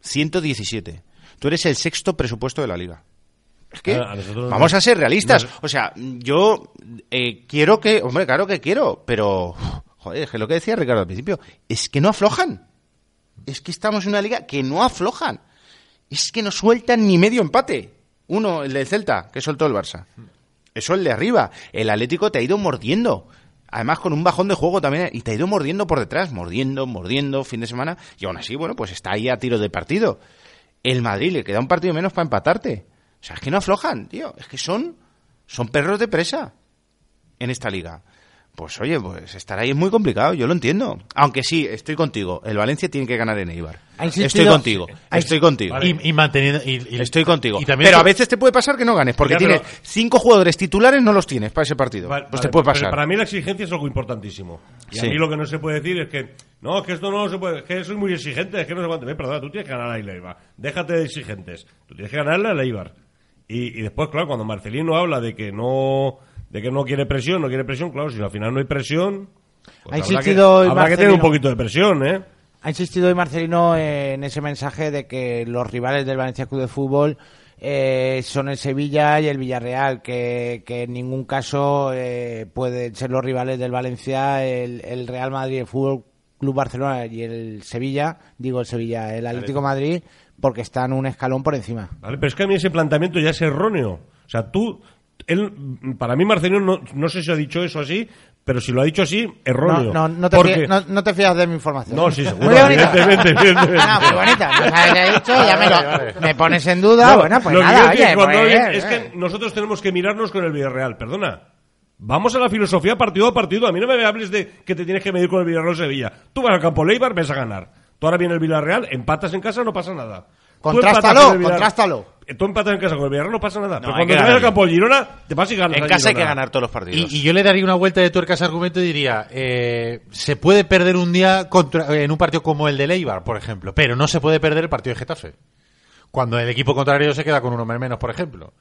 117. Tú eres el sexto presupuesto de la liga. Es que
Claro, a nosotros
vamos
no-
a ser realistas. O sea, yo eh, quiero que, hombre, claro que quiero, pero uf, joder, es que lo que decía Ricardo al principio, es que no aflojan. Es que estamos en una liga que no aflojan. Es que no sueltan ni medio empate. Uno, el del Celta, que soltó el Barça. Eso el de arriba. El Atlético te ha ido mordiendo. Además, con un bajón de juego también. Y te ha ido mordiendo por detrás. Mordiendo, mordiendo, fin de semana. Y aún así, bueno, pues está ahí a tiro de partido. El Madrid le queda un partido menos para empatarte. O sea, es que no aflojan, tío. Es que son, son perros de presa en esta liga. Pues oye, pues estar ahí es muy complicado, yo lo entiendo. Aunque sí, estoy contigo. El Valencia tiene que ganar en Eibar.
Ha insistido-
estoy contigo.
ha
Estoy contigo.
Vale.
Y, y manteniendo. y- y-
Estoy contigo.
y también
pero a
esto-
veces te puede pasar que no ganes, porque
Ya, pero-
tienes cinco jugadores titulares, no los tienes para ese partido.
Vale, vale,
pues te puede
pero
pasar.
Para mí la exigencia es algo importantísimo. Y
Sí.
a mí lo que no se puede decir es que, no, es que esto no se puede, es que soy muy exigente, es que no se aguanta. Perdona, tú tienes que ganar a Eibar. Déjate de exigentes. Tú tienes que ganarle a Eibar. Y, y después, claro, cuando Marcelino habla de que no de que no quiere presión, no quiere presión, claro, si al final no hay presión,
Ha
Pues habrá que-
insistido el
habrá que tener un
Marcelino.
poquito de presión, ¿eh?
Ha insistido hoy Marcelino eh, en ese mensaje de que los rivales del Valencia Club de Fútbol eh, son el Sevilla y el Villarreal, que, que en ningún caso eh, pueden ser los rivales del Valencia el, el Real Madrid, el Fútbol Club Barcelona y el Sevilla, digo el Sevilla, el Atlético Madrid, porque están un escalón por encima.
Vale, pero es que a mí ese planteamiento ya es erróneo. O sea, tú, él, para mí Marcelino no, no sé si ha dicho eso así, pero si lo ha dicho así, erróneo.
No, no, no te
Porque-
fías, no- no te fías de mi información.
No, sí, seguro,
Muy bonita.
evidentemente, evidentemente.
No, muy bonita. No sabes qué he dicho, ya me, lo- me pones en duda.
No,
bueno, pues
lo que quiero
nada,
decir
oye,
es cuando
pues,
alguien-
eh,
es
eh.
que nosotros tenemos que mirarnos con el Villarreal, perdona. Vamos a la filosofía partido a partido. A mí no me hables de que te tienes que medir con el Villarreal Sevilla. Tú vas al campo Leibar, ves a ganar. Tú ahora viene el Villarreal, empatas en casa, no pasa nada. Tú
Contrástalo,
empatas con el Villarreal-
contrástalo.
Eh, Tú empatas en casa con el Villarreal, no pasa nada. Pero
hay
cuando
que
te vas
ganar
al campo de Girona, te vas y ganas.
en
a
casa hay que
Girona.
ganar todos los
Y,
partidos.
y yo le daría una vuelta de tuerca a ese argumento y diría, eh, se puede perder un día contra, en un partido como el de Leibar, por ejemplo, pero no se puede perder el partido de Getafe. Cuando el equipo contrario se queda con un hombre menos, por ejemplo.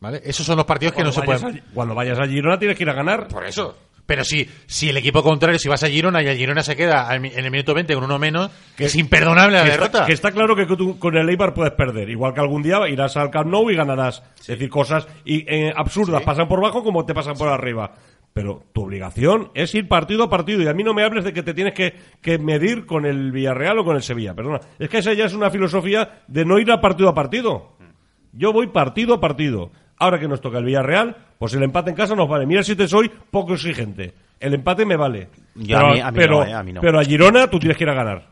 ¿Vale? Esos son los partidos que no se
vayas
pueden...
a- cuando vayas a Girona tienes que ir a ganar.
Por eso. Pero si, si el equipo contrario, si vas a Girona y el Girona se queda al mi- en el minuto 20 con uno menos, que es imperdonable la
Que
derrota.
está, que está claro que tú con el Eibar puedes perder. Igual que algún día irás al Camp Nou y ganarás. Es decir, cosas y, eh, absurdas pasan por abajo como te pasan por arriba. Pero tu obligación es ir partido a partido. Y a mí no me hables de que te tienes que, que medir con el Villarreal o con el Sevilla. Perdona. Es que esa ya es una filosofía de no ir a partido a partido. Yo voy partido a partido. Ahora que nos toca el Villarreal, pues el empate en casa nos vale. Mira si te soy poco exigente. El empate me vale.
Yo a mí- a mí no, eh, a mí no. Hmm.
pero a Girona tú tienes que ir a ganar.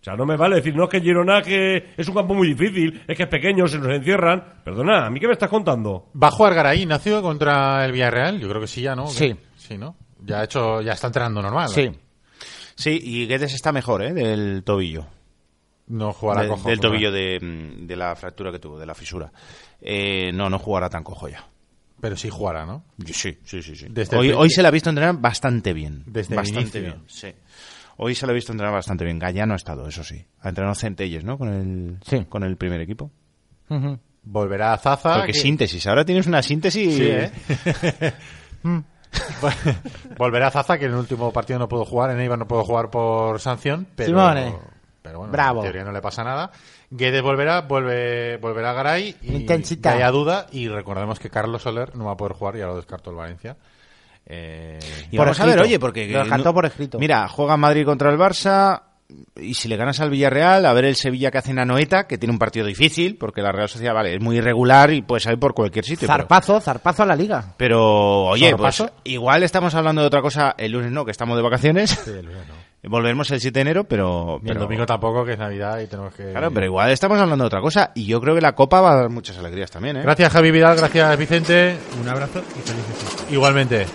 O sea, no me vale decir, no, es que Girona que es un campo muy difícil, es que es pequeño, se nos encierran. Perdona, ¿a mí qué me estás contando?
¿Va a jugar Garay, Ignacio, contra el Villarreal? Yo creo que sí, ya, ¿no?
Sí.
Sí, ¿no? Ya, ha hecho, ya está entrenando normal.
Sí.
¿no?
Sí, y Guedes está mejor, ¿eh? Del tobillo.
No jugará
De-
cojo,
del
claro.
tobillo de, mm, de la fractura que tuvo, de la fisura. Eh, no, no jugará tan cojo ya.
Pero sí jugará, ¿no?
Sí, sí, sí. sí.
Desde el
Hoy,
principio.
hoy se la ha visto entrenar bastante bien.
Desde el
bastante
este inicio.
bien, sí. Hoy se lo he visto entrenar bastante bien. Gallano ha estado, eso sí. Ha entrenado Centelles, ¿no? Con el,
Sí.
con el primer equipo.
Volverá a Zaza.
Porque
que-
síntesis, ahora tienes una síntesis.
Sí, ¿eh? Mm. Volverá Zaza, que en el último partido no pudo jugar, en Eibar no pudo jugar por sanción, pero,
Simone.
pero bueno,
Bravo.
en teoría no le pasa nada. Guedes volverá, vuelve, volverá Garay y
Intensita.
no haya duda y recordemos que Carlos Soler no va a poder jugar, ya lo descartó el Valencia. Eh,
Y
Por
vamos a
escrito.
ver, oye, porque...
Lo descartó por escrito.
Mira, juega Madrid contra el Barça y si le ganas al Villarreal, a ver el Sevilla que hace en Anoeta, que tiene un partido difícil, porque la Real Sociedad, vale, es muy irregular y puede salir por cualquier sitio. pero-
eh, Zarpazo, zarpazo a la liga.
Pero, oye, pues,
¿Sorpaso?
igual estamos hablando de otra cosa el lunes, no, que estamos de vacaciones. Volveremos el 7 de enero, pero...
y el
pero-
domingo tampoco, que es Navidad y tenemos que...
Claro, pero igual estamos hablando de otra cosa. Y yo creo que la Copa va a dar muchas alegrías también, ¿eh?
Gracias Javi Vidal, gracias Vicente.
Un abrazo y felices fiestas.
Igualmente.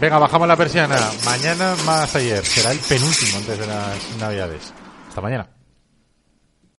Venga, bajamos la persiana. Mañana más ayer. Será el penúltimo antes de las Navidades. Hasta mañana.